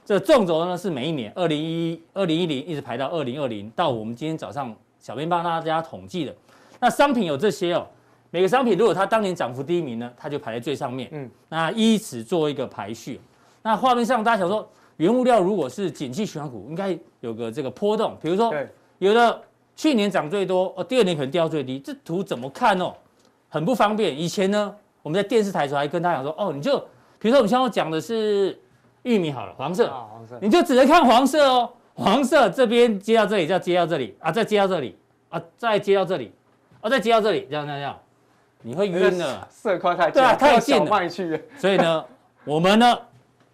Speaker 1: 这纵轴呢是每一年二零一二零一零一直排到二零二零，到我们今天早上小编帮大家统计的。那商品有这些哦，每个商品如果它当年涨幅第一名呢，它就排在最上面。
Speaker 4: 嗯
Speaker 1: 那依此做一个排序。那画面上大家想说，原物料如果是景气循环股，应该有个这个波动，比如说
Speaker 4: 对，
Speaker 1: 有的去年涨最多，哦，第二年可能掉最低，这图怎么看哦？很不方便。以前呢，我们在电视台的时候还跟大家讲说，哦，你就比如说我们现在讲的是玉米好了，黄色，
Speaker 4: 啊，黄色，
Speaker 1: 你就只能看黄色哦，黄色这边接到这里，再接到这里啊，再接到这里啊，再接到这里啊，再接到这里，这样这样这样，你会晕的。
Speaker 4: 色块太
Speaker 1: 对啊
Speaker 4: 近了
Speaker 1: 太近了
Speaker 4: 小麦去了。
Speaker 1: 所以呢，我们呢，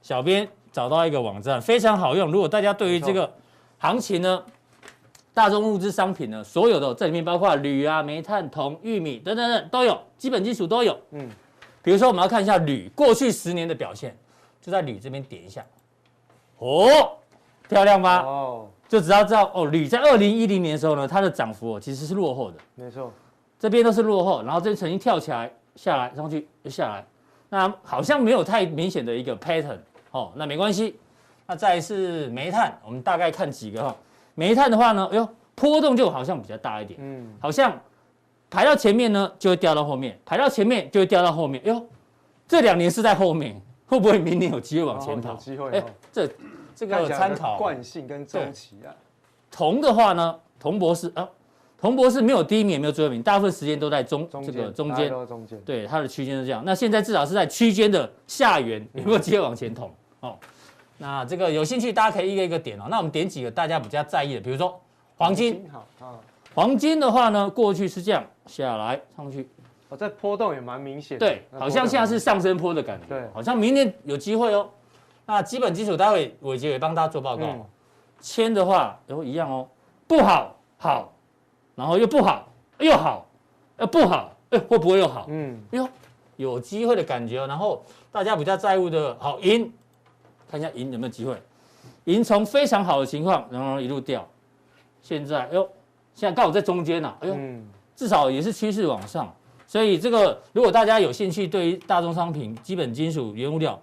Speaker 1: 小编找到一个网站非常好用。如果大家对于这个行情呢，大宗物资商品呢，所有的这里面包括铝啊、煤炭、铜、玉米等等等都有，基本基础都有。
Speaker 4: 嗯，
Speaker 1: 比如说我们要看一下铝过去十年的表现，就在铝这边点一下，哦，漂亮吗？
Speaker 4: 哦，
Speaker 1: 就只要知道哦，铝在二零一零年的时候呢，它的涨幅哦其实是落后的，
Speaker 4: 没错，
Speaker 1: 这边都是落后，然后这边曾经跳起来下来上去又下来，那好像没有太明显的一个 pattern 哦，那没关系。那再来是煤炭，我们大概看几个哈、哦煤炭的话呢，哎呦，波动就好像比较大一点，
Speaker 4: 嗯，
Speaker 1: 好像排到前面呢就会掉到后面，排到前面就会掉到后面。哎呦，这两年是在后面，会不会明年有机会往前
Speaker 4: 哦
Speaker 1: 跑？
Speaker 4: 有机会
Speaker 1: 哎
Speaker 4: 哦，
Speaker 1: 这这
Speaker 4: 看
Speaker 1: 个
Speaker 4: 起来
Speaker 1: 参
Speaker 4: 的
Speaker 1: 考
Speaker 4: 惯性跟周期啊，
Speaker 1: 铜的话呢，铜博士啊，铜博士没有第一名，也没有最后一名，大部分时间都在中
Speaker 4: 中
Speaker 1: 这
Speaker 4: 间
Speaker 1: 个中
Speaker 4: 大家
Speaker 1: 间，
Speaker 4: 都是中间，
Speaker 1: 对它的区间是这样。那现在至少是在区间的下缘，
Speaker 4: 嗯
Speaker 1: 有没有机会往前捅？哦，那这个有兴趣大家可以一个一个点哦。那我们点几个大家比较在意的，比如说黄金，
Speaker 4: 好啊，
Speaker 1: 黄金的话呢，过去是这样下来上去，
Speaker 4: 哦，这波动也蛮明显的，
Speaker 1: 对，
Speaker 4: 那
Speaker 1: 好像
Speaker 4: 波动
Speaker 1: 现在是上升坡的感觉，
Speaker 4: 对
Speaker 1: 好像明年有机会哦。那基本基础，待会伟杰也帮大家做报告。
Speaker 4: 嗯
Speaker 1: 签的话，然后一样哦，不好好，然后又不好又好，呃不好，哎会不会又好？
Speaker 4: 嗯，
Speaker 1: 哎呦，有机会的感觉哦。然后大家比较在乎的，好赢，看一下赢有没有机会。赢从非常好的情况，然后一路掉，现在哎呦，现在刚好在中间呐、哎呦，
Speaker 4: 嗯，
Speaker 1: 至少也是趋势往上。所以这个，如果大家有兴趣，对于大宗商品、基本金属、原物料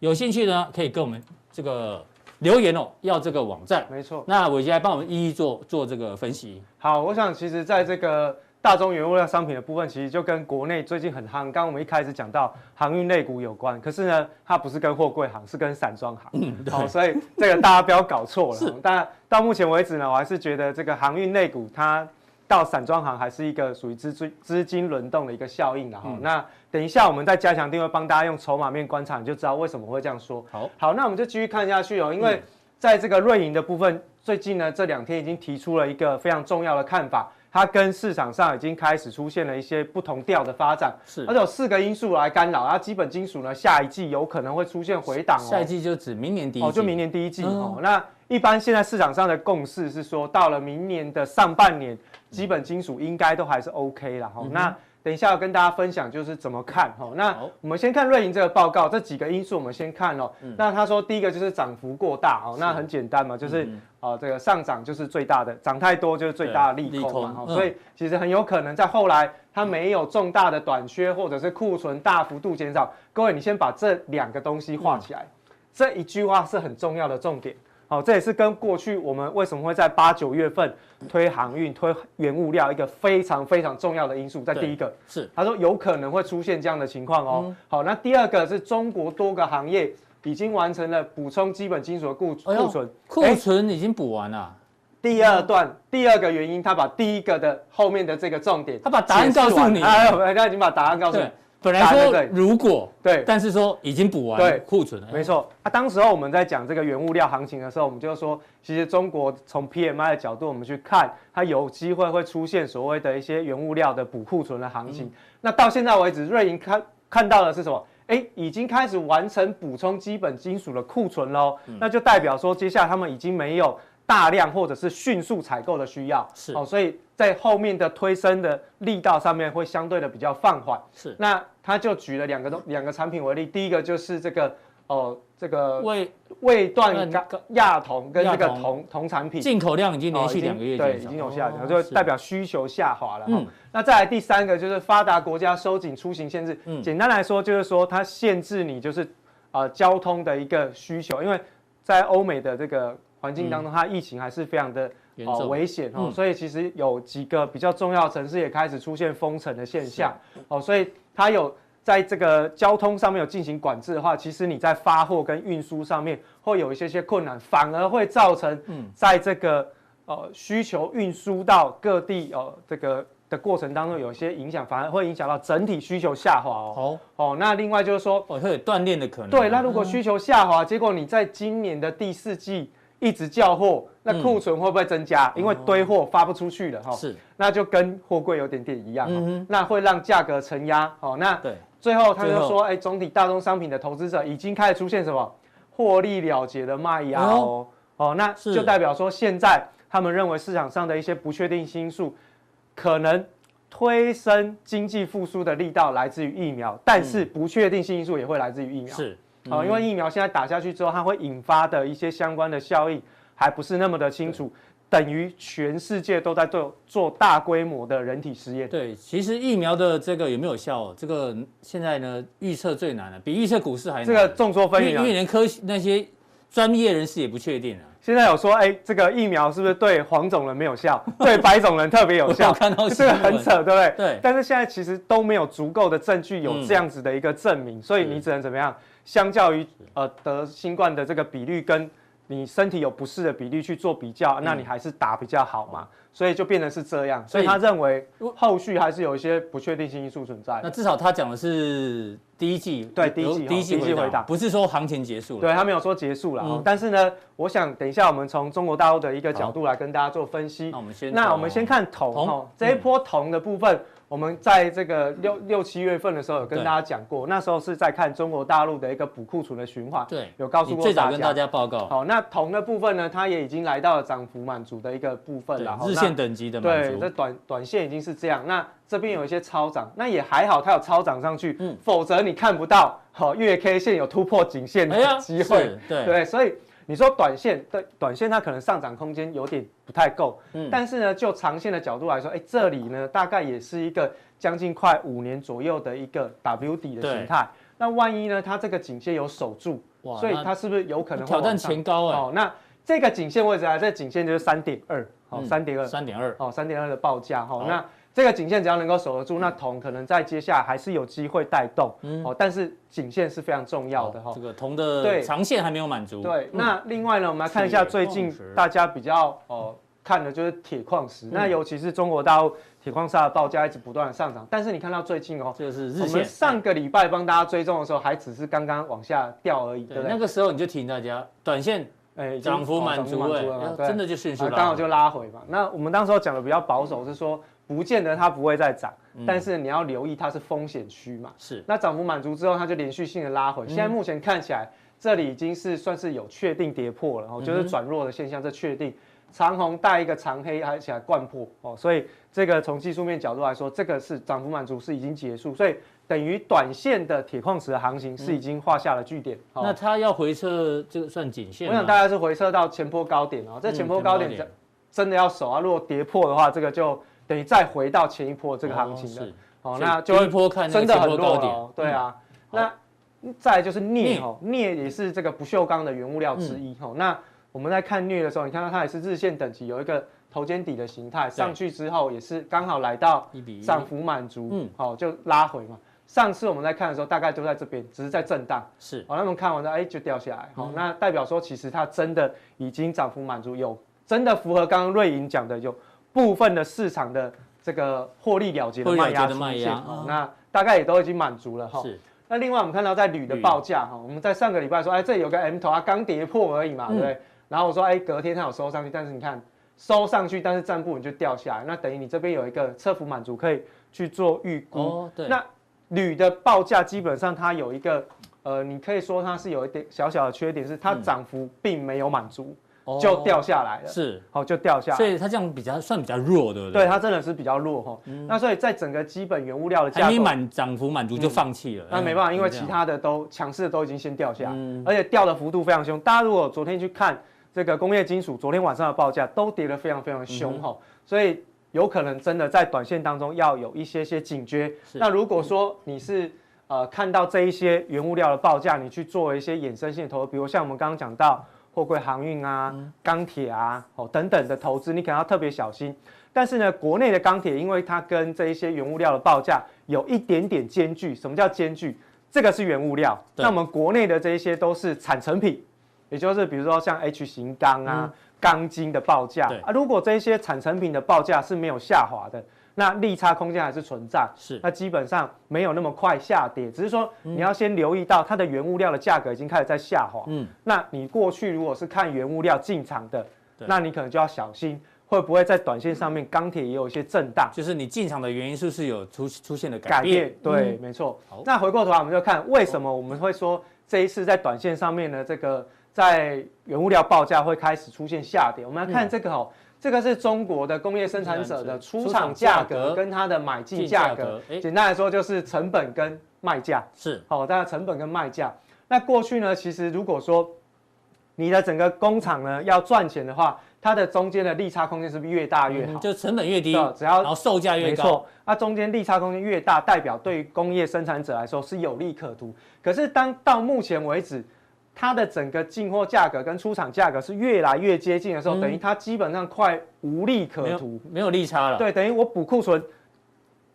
Speaker 1: 有兴趣呢，可以跟我们这个留言哦，要这个网站。
Speaker 4: 没错。
Speaker 1: 那伟杰来帮我们一一做做这个分析。
Speaker 4: 好，我想其实在这个大宗原物料商品的部分，其实就跟国内最近很夯，刚刚我们一开始讲到航运类股有关，可是呢，它不是跟货柜行，是跟散装行。好、所以这个大家不要搞错了。哦但到目前为止呢，我还是觉得这个航运类股它到散装行还是一个属于资金资金轮动的一个效应的哈、那等一下我们在加强定位帮大家用筹码面观察，你就知道为什么会这样说。
Speaker 1: 好，
Speaker 4: 好，那我们就继续看下去哦，因为在这个瑞银的部分，最近呢这两天已经提出了一个非常重要的看法，它跟市场上已经开始出现了一些不同调的发展，
Speaker 1: 是
Speaker 4: 而且有四个因素来干扰，然后基本金属呢下一季有可能会出现回档哦，
Speaker 1: 下一季就指明年第一季。
Speaker 4: 哦，就明年第一季、
Speaker 1: 嗯
Speaker 4: 哦。那一般现在市场上的共识是说，到了明年的上半年，基本金属应该都还是 OK 啦。哈、哦
Speaker 1: 嗯
Speaker 4: 那等一下要跟大家分享就是怎么看哈、哦。那
Speaker 1: 好
Speaker 4: 我们先看瑞银这个报告，这几个因素我们先看哦。
Speaker 1: 嗯
Speaker 4: 那他说第一个就是涨幅过大哦，那很简单嘛，就是
Speaker 1: 嗯
Speaker 4: 啊、这个上涨就是最大的，涨太多就是最大的利
Speaker 1: 对
Speaker 4: 空嘛。
Speaker 1: 利
Speaker 4: 哈、
Speaker 1: 空嗯
Speaker 4: 所以其实很有可能在后来它没有重大的短缺或者是库存大幅度减少。各位，你先把这两个东西画起来。
Speaker 1: 嗯
Speaker 4: 这一句话是很重要的重点。好、这也是跟过去我们为什么会在八九月份推航运、推原物料一个非常非常重要的因素，在
Speaker 1: 对嗯
Speaker 4: 第一个，
Speaker 1: 是
Speaker 4: 他说有可能会出现这样的情况哦。好，那第二个是中国多个行业已经完成了补充基本金属的库
Speaker 1: 哎呦
Speaker 4: 库存。
Speaker 1: 库存已经补完了，
Speaker 4: 第二段第二个原因，他把第一个的后面的这个重点解释完，
Speaker 1: 他把答案告诉你
Speaker 4: 哎我他已经把答案告诉你
Speaker 1: 对。，本来
Speaker 4: 答案
Speaker 1: 说
Speaker 4: 在这里
Speaker 1: 如果，
Speaker 4: 对
Speaker 1: 但是说已经补
Speaker 4: 对
Speaker 1: 完库存了，
Speaker 4: 没错，啊，当时候我们在讲这个原物料行情的时候，我们就说，其实中国从 PMI 的角度，我们去看它有机会会出现所谓的一些原物料的补库存的行情。那到现在为止，瑞银看看到的是什么？哎，已经开始完成补充基本金属的库存喽，那就代表说，接下来他们已经没有大量或者是迅速采购的需要，
Speaker 1: 是
Speaker 4: 哦，所以在后面的推升的力道上面会相对的比较放缓。
Speaker 1: 哎是
Speaker 4: 那他就举了两个东两个产品为例，第一个就是这个哦，这个
Speaker 1: 为
Speaker 4: 胃
Speaker 1: 嗯
Speaker 4: 断钢亚酮跟这个
Speaker 1: 亚酮
Speaker 4: 铜铜产品，
Speaker 1: 进口量已经连
Speaker 4: 哦已
Speaker 1: 续
Speaker 4: 经
Speaker 1: 两个月
Speaker 4: 对
Speaker 1: 减
Speaker 4: 已
Speaker 1: 少
Speaker 4: 经有下降，
Speaker 1: 哦
Speaker 4: 就是代表需求下滑了。
Speaker 1: 嗯
Speaker 4: 嗯，那再来第三个就是发达国家收紧出行限制，
Speaker 1: 嗯
Speaker 4: 简单来说就是说它限制你就是呃交通的一个需求，因为在欧美的这个环境当中，它疫情还是非常的。
Speaker 1: 嗯严
Speaker 4: 哦，
Speaker 1: 重
Speaker 4: 危险哦，
Speaker 1: 嗯
Speaker 4: 所以其实有几个比较重要的城市也开始出现封城的现象哦，所以它有在这个交通上面有进行管制的话，其实你在发货跟运输上面会有一些些困难，反而会造成
Speaker 1: 嗯
Speaker 4: 在这个呃需求运输到各地哦、这个的过程当中有一些影响，反而会影响到整体需求下滑哦。
Speaker 1: 好，
Speaker 4: 哦，那另外就是说，
Speaker 1: 哦，会有锻炼的可能。
Speaker 4: 对，那如果需求下滑，结果你在今年的第四季一直叫货，那库存会不会增加？因为堆货发不出去了哈、哦，
Speaker 1: 嗯是，
Speaker 4: 那就跟货柜有点点一样、哦
Speaker 1: 嗯哼
Speaker 4: 那会让价格承压。哦，那
Speaker 1: 对，
Speaker 4: 最后他
Speaker 1: 最
Speaker 4: 就
Speaker 1: 后
Speaker 4: 说，哎，总体大宗商品的投资者已经开始出现什么获利了结的卖压
Speaker 1: 哎
Speaker 4: 哦
Speaker 1: 呦，
Speaker 4: 哦，那
Speaker 1: 是
Speaker 4: 就代表说现在他们认为市场上的一些不确定因素，可能推升经济复苏的力道来自于疫苗，但是不确定性因素也会来自于疫苗。
Speaker 1: 嗯是，嗯
Speaker 4: 哦，因为疫苗现在打下去之后，它会引发的一些相关的效应还不是那么的清楚，等于全世界都在做做大规模的人体实验。
Speaker 1: 对，其实疫苗的这个有没有效哦？这个现在呢，预测最难了，比预测股市还难。
Speaker 4: 这个众说纷
Speaker 1: 因为
Speaker 4: 纭
Speaker 1: 因
Speaker 4: 啊
Speaker 1: 为，连科学那些专业人士也不确定啊。
Speaker 4: 现在有说，哎，这个疫苗是不是对黄种人没
Speaker 1: [laughs]
Speaker 4: 有效，对白种人特别有
Speaker 1: 我
Speaker 4: 效
Speaker 1: 有？看到
Speaker 4: 这个很
Speaker 1: 新闻
Speaker 4: 扯，对不对？
Speaker 1: 对
Speaker 4: 但是现在其实都没有足够的证据有
Speaker 1: 嗯
Speaker 4: 这样子的一个证明，所以你只能怎么样？相较于呃得新冠的这个比率跟你身体有不适的比率去做比较，那你还是打比较好嘛。所以就变成是这样，
Speaker 1: 嗯哦所
Speaker 4: 所
Speaker 1: 以
Speaker 4: 以他认为后续还是有一些不确定性因素存在
Speaker 1: 那。至少他讲的是第一季，
Speaker 4: 对第一
Speaker 1: 有
Speaker 4: 季
Speaker 1: 第一季
Speaker 4: 第一季
Speaker 1: 回
Speaker 4: 回答
Speaker 1: 答，不是说行情结束了。
Speaker 4: 对他没有说结束了、哦
Speaker 1: 嗯
Speaker 4: 但是呢，我想等一下我们从中国大陆的一个角度来跟大家做分析。
Speaker 1: 那我们先
Speaker 4: 那
Speaker 1: 从
Speaker 4: 我们先看铜
Speaker 1: 铜嗯
Speaker 4: 哦，这一波铜的部分，我们在这个六六七月份的时候有跟
Speaker 1: 对
Speaker 4: 大家讲过，那时候是在看中国大陆的一个补库存的循环，
Speaker 1: 对，
Speaker 4: 有告诉
Speaker 1: 你
Speaker 4: 过
Speaker 1: 最早
Speaker 4: 大
Speaker 1: 跟大
Speaker 4: 家。
Speaker 1: 家报告，
Speaker 4: 好，那铜的部分呢，它也已经来到了涨幅满足的一个部分
Speaker 1: 对
Speaker 4: 了。
Speaker 1: 日
Speaker 4: 那
Speaker 1: 线等级的满
Speaker 4: 对，
Speaker 1: 足
Speaker 4: 这。短短线已经是这样。那这边有一些超涨，那也还好，它有超涨上去，
Speaker 1: 嗯
Speaker 4: 否则你看不到好、月 K 线有突破颈线
Speaker 1: 哎呀
Speaker 4: 的机会。
Speaker 1: 是对
Speaker 4: 对，所以你说短线，对，短线它可能上涨空间有点不太够，
Speaker 1: 嗯
Speaker 4: 但是呢，就长线的角度来说，哎，这里呢大概也是一个将近快五年左右的一个 W 底的
Speaker 1: 对
Speaker 4: 形态。那万一呢，它这个颈线有守住，
Speaker 1: 哇
Speaker 4: 所以
Speaker 1: 那
Speaker 4: 它是不是有可能会
Speaker 1: 挑战
Speaker 4: 往上
Speaker 1: 前高哎
Speaker 4: 哦，那这个颈线位置啊，这颈线就是三点二，好，三点二，
Speaker 1: 嗯三点二，
Speaker 4: 哦，三点二的报价哈、哦
Speaker 1: 好，嗯
Speaker 4: 那这个颈线只要能够守得住，那铜可能在接下来还是有机会带动、哦，但是颈线是非常重要的哈、哦
Speaker 1: 这个铜的
Speaker 4: 对
Speaker 1: 长线还没有满足。
Speaker 4: 对，那另外呢，我们来看一下
Speaker 1: 嗯铁
Speaker 4: 最近
Speaker 1: 矿石嗯
Speaker 4: 大家比较哦看的就是铁矿石，那尤其是中国大陆铁矿砂的报价一直不断的上涨，但是你看到最近哦，
Speaker 1: 这个是
Speaker 4: 我
Speaker 1: 日
Speaker 4: 们
Speaker 1: 线。哎
Speaker 4: 上个礼拜帮大家追踪的时候，还只是刚刚往下掉而已，对
Speaker 1: 对，
Speaker 4: 不
Speaker 1: 那
Speaker 4: 对？
Speaker 1: 个时候你就提醒大家，短线
Speaker 4: 哎已经
Speaker 1: 涨幅
Speaker 4: 哦
Speaker 1: 满足哎，
Speaker 4: 嘛
Speaker 1: 哎
Speaker 4: 对
Speaker 1: 真的就迅速
Speaker 4: 啊
Speaker 1: 拉
Speaker 4: 刚好
Speaker 1: 回
Speaker 4: 就拉回嘛。那我们当时候讲的比较保
Speaker 1: 嗯
Speaker 4: 守，是说不见得它不会再涨，但是你要留意它是风险区嘛。
Speaker 1: 是
Speaker 4: 那涨幅满足之后，它就连续性的拉回。
Speaker 1: 嗯
Speaker 4: 现在目前看起来，这里已经是算是有确定跌破了，
Speaker 1: 嗯
Speaker 4: 哦，就是转弱的现象，这确定。长红带一个长黑，而且还贯破哦，所以这个从技术面角度来说，这个是涨幅满足是已经结束，所以等于短线的铁矿石的行情是已经画下了句点。哦
Speaker 1: 嗯那它要回撤，这个算颈线
Speaker 4: 我
Speaker 1: 吗？
Speaker 4: 想大概是回撤到前坡高点哦，这前坡高点
Speaker 1: 前坡高点
Speaker 4: 真真的要守啊，如果跌破的话，这个就等于再回到前一波这个行情
Speaker 1: 哦
Speaker 4: 了
Speaker 1: 是。所
Speaker 4: 哦，
Speaker 1: 以
Speaker 4: 那就
Speaker 1: 第一
Speaker 4: 会
Speaker 1: 波看那
Speaker 4: 真
Speaker 1: 个
Speaker 4: 的
Speaker 1: 前
Speaker 4: 很
Speaker 1: 波
Speaker 4: 弱
Speaker 1: 高
Speaker 4: 了
Speaker 1: 点嗯
Speaker 4: 哦。，对啊，那再来就是镍哦，镍也是这个不锈钢的原物料之一哦。
Speaker 1: 嗯
Speaker 4: 那我们在看镍的时候，你看到它也是日线等级有一个头肩底的形态，上去之后也是刚好来到
Speaker 1: 一比一
Speaker 4: 涨幅满足，
Speaker 1: 嗯
Speaker 4: 嗯，好就拉回嘛。上次我们在看的时候，大概就在这边，只是在震荡。
Speaker 1: 是
Speaker 4: 好、那我们看完了，哎，就掉下来。好、
Speaker 1: 嗯
Speaker 4: 那代表说，其实它真的已经涨幅满足，有真的符合刚刚瑞银讲的，有部分的市场的这个获利了结的
Speaker 1: 获利了
Speaker 4: 卖压
Speaker 1: 结的
Speaker 4: 出
Speaker 1: 卖
Speaker 4: 现
Speaker 1: 压
Speaker 4: 好
Speaker 1: 哦
Speaker 4: 那大概也都已经满足了哈。
Speaker 1: 是，
Speaker 4: 那另外我们看到在铝的报价哈，我们在上个礼拜说，哎，这里有个 M 头，它刚跌破而已嘛，对
Speaker 1: 嗯
Speaker 4: 不对？然后我说，哎，隔天它有收上去，但是你看收上去，但是站不稳就掉下来，那等于你这边有一个侧幅满足可以去做预估。
Speaker 1: 哦，对，
Speaker 4: 那铝的报价基本上它有一个，呃，你可以说它是有一点小小的缺点，是它涨幅并没有满足，
Speaker 1: 嗯哦
Speaker 4: 就掉下来了。
Speaker 1: 是，
Speaker 4: 好，就掉下来
Speaker 1: 所
Speaker 4: 了。
Speaker 1: 以它这样比较算比较弱，对不
Speaker 4: 对
Speaker 1: 对？
Speaker 4: 它真的是比较弱哈。那所以在整个基本原物料的
Speaker 1: 嗯还
Speaker 4: 价
Speaker 1: 没
Speaker 4: 格，
Speaker 1: 满涨幅满足就放弃了，
Speaker 4: 那
Speaker 1: 嗯
Speaker 4: 没办法，因为
Speaker 1: 这
Speaker 4: 其
Speaker 1: 样
Speaker 4: 他的都强势的都已经先掉下来，
Speaker 1: 嗯
Speaker 4: 而且掉的幅度非常凶。大家如果昨天去看这个工业金属，昨天晚上的报价都跌得非常非常凶
Speaker 1: 嗯
Speaker 4: 哈、所以有可能真的在短线当中要有一些些警觉。
Speaker 1: 是
Speaker 4: 那如果说你是呃看到这一些原物料的报价，你去做一些衍生性的投资，比如像我们刚刚讲到货柜航运啊、
Speaker 1: 嗯
Speaker 4: 钢铁啊哦等等的投资，你可能要特别小心。但是呢，国内的钢铁，因为它跟这一些原物料的报价有一点点间距。什么叫间距？这个是原物料，
Speaker 1: 对
Speaker 4: 那我们国内的这一些都是产成品，也就是比如说像 H 型钢啊、钢筋的报价
Speaker 1: 嗯对
Speaker 4: 啊，如果这一些产成品的报价是没有下滑的，那利差空间还是存在。
Speaker 1: 是
Speaker 4: 那基本上没有那么快下跌，只是说你要先留意到它的原物料的价格已经开始在下滑。
Speaker 1: 嗯
Speaker 4: 嗯，那你过去如果是看原物料进场的，
Speaker 1: 对
Speaker 4: 那你可能就要小心，会不会在短线上面钢铁也有一些震荡
Speaker 1: 就是你进场的原因是不是有出出现了
Speaker 4: 改
Speaker 1: 改变？嗯
Speaker 4: 变？对，没错
Speaker 1: 好。
Speaker 4: 那回过头来我们就看为什么我们会说这一次在短线上面呢，这个在原物料报价会开始出现下跌。我们
Speaker 1: 嗯
Speaker 4: 来看这个哦。这个是中国的工业生产者的
Speaker 1: 生产者
Speaker 4: 出厂价
Speaker 1: 出厂价格
Speaker 4: 格跟它的买进
Speaker 1: 进
Speaker 4: 价
Speaker 1: 价
Speaker 4: 格
Speaker 1: 格哎，
Speaker 4: 简单来说就是成本跟卖价。
Speaker 1: 是
Speaker 4: 好、大家成本跟卖价。那过去呢，其实如果说你的整个工厂呢要赚钱的话，它的中间的利差空间是不是越大越好？
Speaker 1: 嗯就成本越低，
Speaker 4: 对啊只要
Speaker 1: 然后售价越
Speaker 4: 没
Speaker 1: 高，
Speaker 4: 错，那中间利差空间越大，代表对于工业生产者来说是有利可图。可是当到目前为止，它的整个进货价格跟出厂价格是越来越接近的时候，
Speaker 1: 嗯
Speaker 4: 等于它基本上快无利
Speaker 1: 没
Speaker 4: 可
Speaker 1: 有
Speaker 4: 图。
Speaker 1: 没有利差了，
Speaker 4: 对，等于我补库存，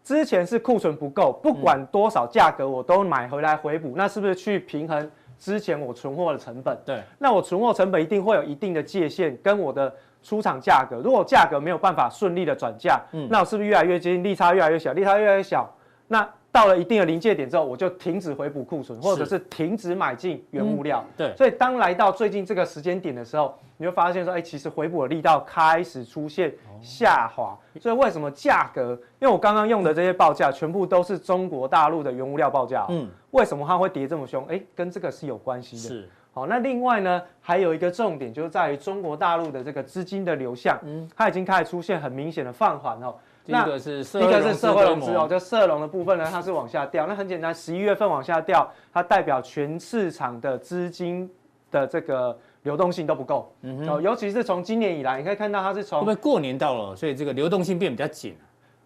Speaker 4: 之前是库存不够，不管多少价格我都买回来回补，那是不是去平衡之前我存货的成本？
Speaker 1: 对
Speaker 4: 那我存货成本一定会有一定的界限，跟我的出厂价格，如果价格没有办法顺利的转嫁，
Speaker 1: 嗯
Speaker 4: 那我是不是越来越接近利差越来越小，利差越来越小？那到了一定的临界点之后，我就停止回补库存，或者
Speaker 1: 是嗯
Speaker 4: 是停止买进原物料。
Speaker 1: 对
Speaker 4: 所以当来到最近这个时间点的时候，你会发现说，哎，其实回补的力道开始出现
Speaker 1: 哦
Speaker 4: 下滑。所以为什么价格？因为我刚刚用的这些报价全部都是中国大陆的原物料报价、
Speaker 1: 嗯
Speaker 4: 嗯，为什么它会跌这么凶？哎，跟这个是有关系的。
Speaker 1: 是
Speaker 4: 好，那另外呢，还有一个重点就是在于中国大陆的这个资金的流向，嗯，它已经开始出现很明显的放缓哦。
Speaker 1: 第一
Speaker 4: 那
Speaker 1: 个是社
Speaker 4: 一个
Speaker 1: 融
Speaker 4: 是
Speaker 1: 资
Speaker 4: 社会
Speaker 1: 规
Speaker 4: 融资
Speaker 1: 模
Speaker 4: 哦，就社融的部分呢，它是往下掉。那很简单，十一月份往下掉，它代表全市场的资金的这个流动性都不够。嗯哦，尤其是从今年以来，你可以看到它是
Speaker 1: 会不
Speaker 4: 从
Speaker 1: 会过年到了，所以这个流动性变比较紧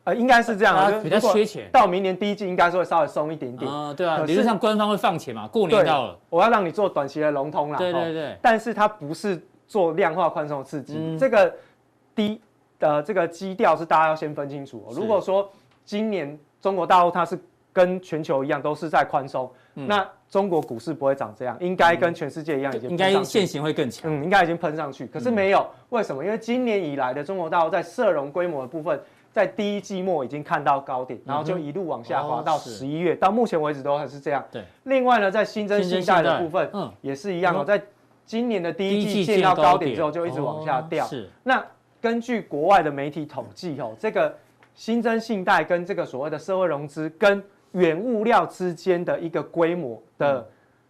Speaker 4: 呃，应该是这样
Speaker 1: 大
Speaker 4: 啊，
Speaker 1: 家
Speaker 4: 就是
Speaker 1: 比较
Speaker 4: 如果
Speaker 1: 缺钱
Speaker 4: 到明年第一季应该是会稍微松一点点。
Speaker 1: 啊？对啊，
Speaker 4: 可是
Speaker 1: 理论上官方会放钱嘛，过
Speaker 4: 对
Speaker 1: 年到了，，
Speaker 4: 我要让你做短期的融通啦。
Speaker 1: 对
Speaker 4: 哦
Speaker 1: 对对，
Speaker 4: 但是它不是做量化宽松的刺激，
Speaker 1: 嗯
Speaker 4: 这个低呃这个基调是大家要先分清楚、哦。
Speaker 1: 是
Speaker 4: 如果说今年中国大陆它是跟全球一样都是在宽松，
Speaker 1: 嗯
Speaker 4: 那中国股市不会长这样，应该跟全世界一样已经
Speaker 1: 应
Speaker 4: 喷上
Speaker 1: 该
Speaker 4: 去
Speaker 1: 现行会更强，
Speaker 4: 嗯，应该已经喷上去，可是
Speaker 1: 嗯
Speaker 4: 没有，为什么？因为今年以来的中国大陆在社融规模的部分，在第一季末已经看到高点，然后就一路往下
Speaker 1: 哦
Speaker 4: 滑到
Speaker 1: 是
Speaker 4: 十一月，到目前为止都还是这样。
Speaker 1: 对。
Speaker 4: 另外呢，在新增
Speaker 1: 新增
Speaker 4: 信贷
Speaker 1: 信
Speaker 4: 的
Speaker 1: 贷
Speaker 4: 部分，
Speaker 1: 嗯
Speaker 4: 也是一样
Speaker 1: 哦
Speaker 4: 哦，在今年的第
Speaker 1: 第
Speaker 4: 一
Speaker 1: 一
Speaker 4: 季
Speaker 1: 季
Speaker 4: 见到
Speaker 1: 高
Speaker 4: 高点之后，就一直往下
Speaker 1: 哦
Speaker 4: 掉。
Speaker 1: 是
Speaker 4: 那根据国外的媒体统计哦，这个新增信贷跟这个所谓的社会融资跟原物料之间的一个规模的、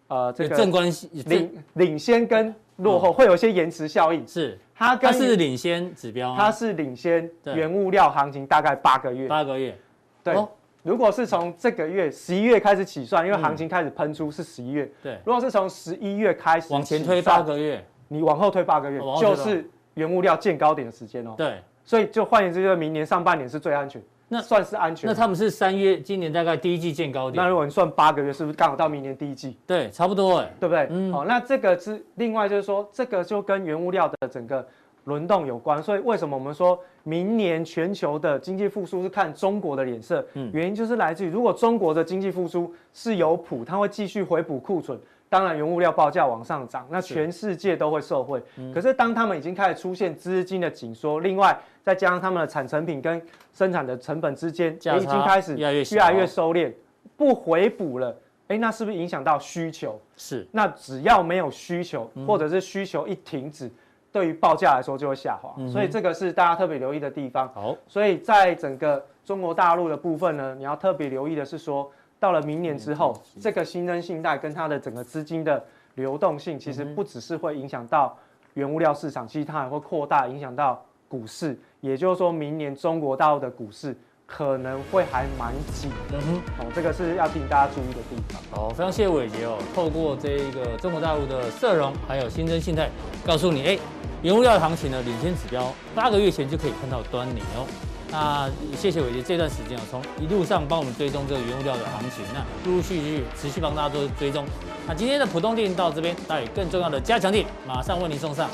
Speaker 4: 呃这
Speaker 1: 有
Speaker 4: 个
Speaker 1: 嗯正关系，这
Speaker 4: 领领先跟落后会有一些延迟效应，
Speaker 1: 是
Speaker 4: 它
Speaker 1: 哦它
Speaker 4: 跟
Speaker 1: 是领先指标
Speaker 4: 它
Speaker 1: 啊，
Speaker 4: 是领先
Speaker 1: 对
Speaker 4: 原物料行情大概八个月，
Speaker 1: 八个月，
Speaker 4: 对
Speaker 1: 哦。
Speaker 4: 如果是从这个月十一月开始起算，因为
Speaker 1: 嗯
Speaker 4: 行情开始喷出是十一月。
Speaker 1: 对，
Speaker 4: 如果是从十一月开始
Speaker 1: 往前
Speaker 4: 起
Speaker 1: 推
Speaker 4: 算
Speaker 1: 八，个月，
Speaker 4: 你往后推八个月
Speaker 1: 哦往，后推
Speaker 4: 就
Speaker 1: 八
Speaker 4: 是原物料见高点的时间哦。
Speaker 1: 对。
Speaker 4: 所以就换言之，就是明年上半年是最安全，
Speaker 1: 那
Speaker 4: 算是安全。
Speaker 1: 那他们是三月，今年大概第一季见高点，
Speaker 4: 那如果你算八个月，是不是刚好到明年第一季？
Speaker 1: 对，差不多哎，
Speaker 4: 对不对？好、
Speaker 1: 嗯
Speaker 4: 那这个是另外就是说，这个就跟原物料的整个轮动有关。所以为什么我们说明年全球的经济复苏是看中国的脸色？
Speaker 1: 嗯
Speaker 4: 原因就是来自于如果中国的经济复苏是有谱，它会继续回补库存。当然，原物料报价往上涨，那全世界都会受惠。
Speaker 1: 嗯
Speaker 4: 可是，当他们已经开始出现资金的紧缩，另外再加上他们的产成品跟生产的成本之间
Speaker 1: 价
Speaker 4: 也已经
Speaker 1: 差
Speaker 4: 开始
Speaker 1: 越来越
Speaker 4: 越来越
Speaker 1: 小
Speaker 4: 收敛，不回补了，哎，那是不是影响到需求？
Speaker 1: 是
Speaker 4: 那只要没有需求，或者是需求一停止，对于报价来说就会下滑。所以这个是大家特别留意的地方。
Speaker 1: 好，
Speaker 4: 所以在整个中国大陆的部分呢，你要特别留意的是说，到了明年之后，这个新增信贷跟它的整个资金的流动性，其实不只是会影响到原物料市场，其实它还会扩大影响到股市。也就是说明年中国大陆的股市可能会还蛮紧的。
Speaker 1: 嗯哼，
Speaker 4: 哦，这个是要提醒大家注意的地方。
Speaker 1: 好，非常谢谢伟杰哦，透过这一个中国大陆的社融还有新增信贷，告诉你，哎，原物料的行情呢领先指标八个月前就可以看到端倪哦。那谢谢伟杰这段时间哦，从一路上帮我们追踪这个原物料的行情，那陆陆续续持续帮大家做追踪。那今天的浦东店到这边，那有更重要的加强点，马上为您送上。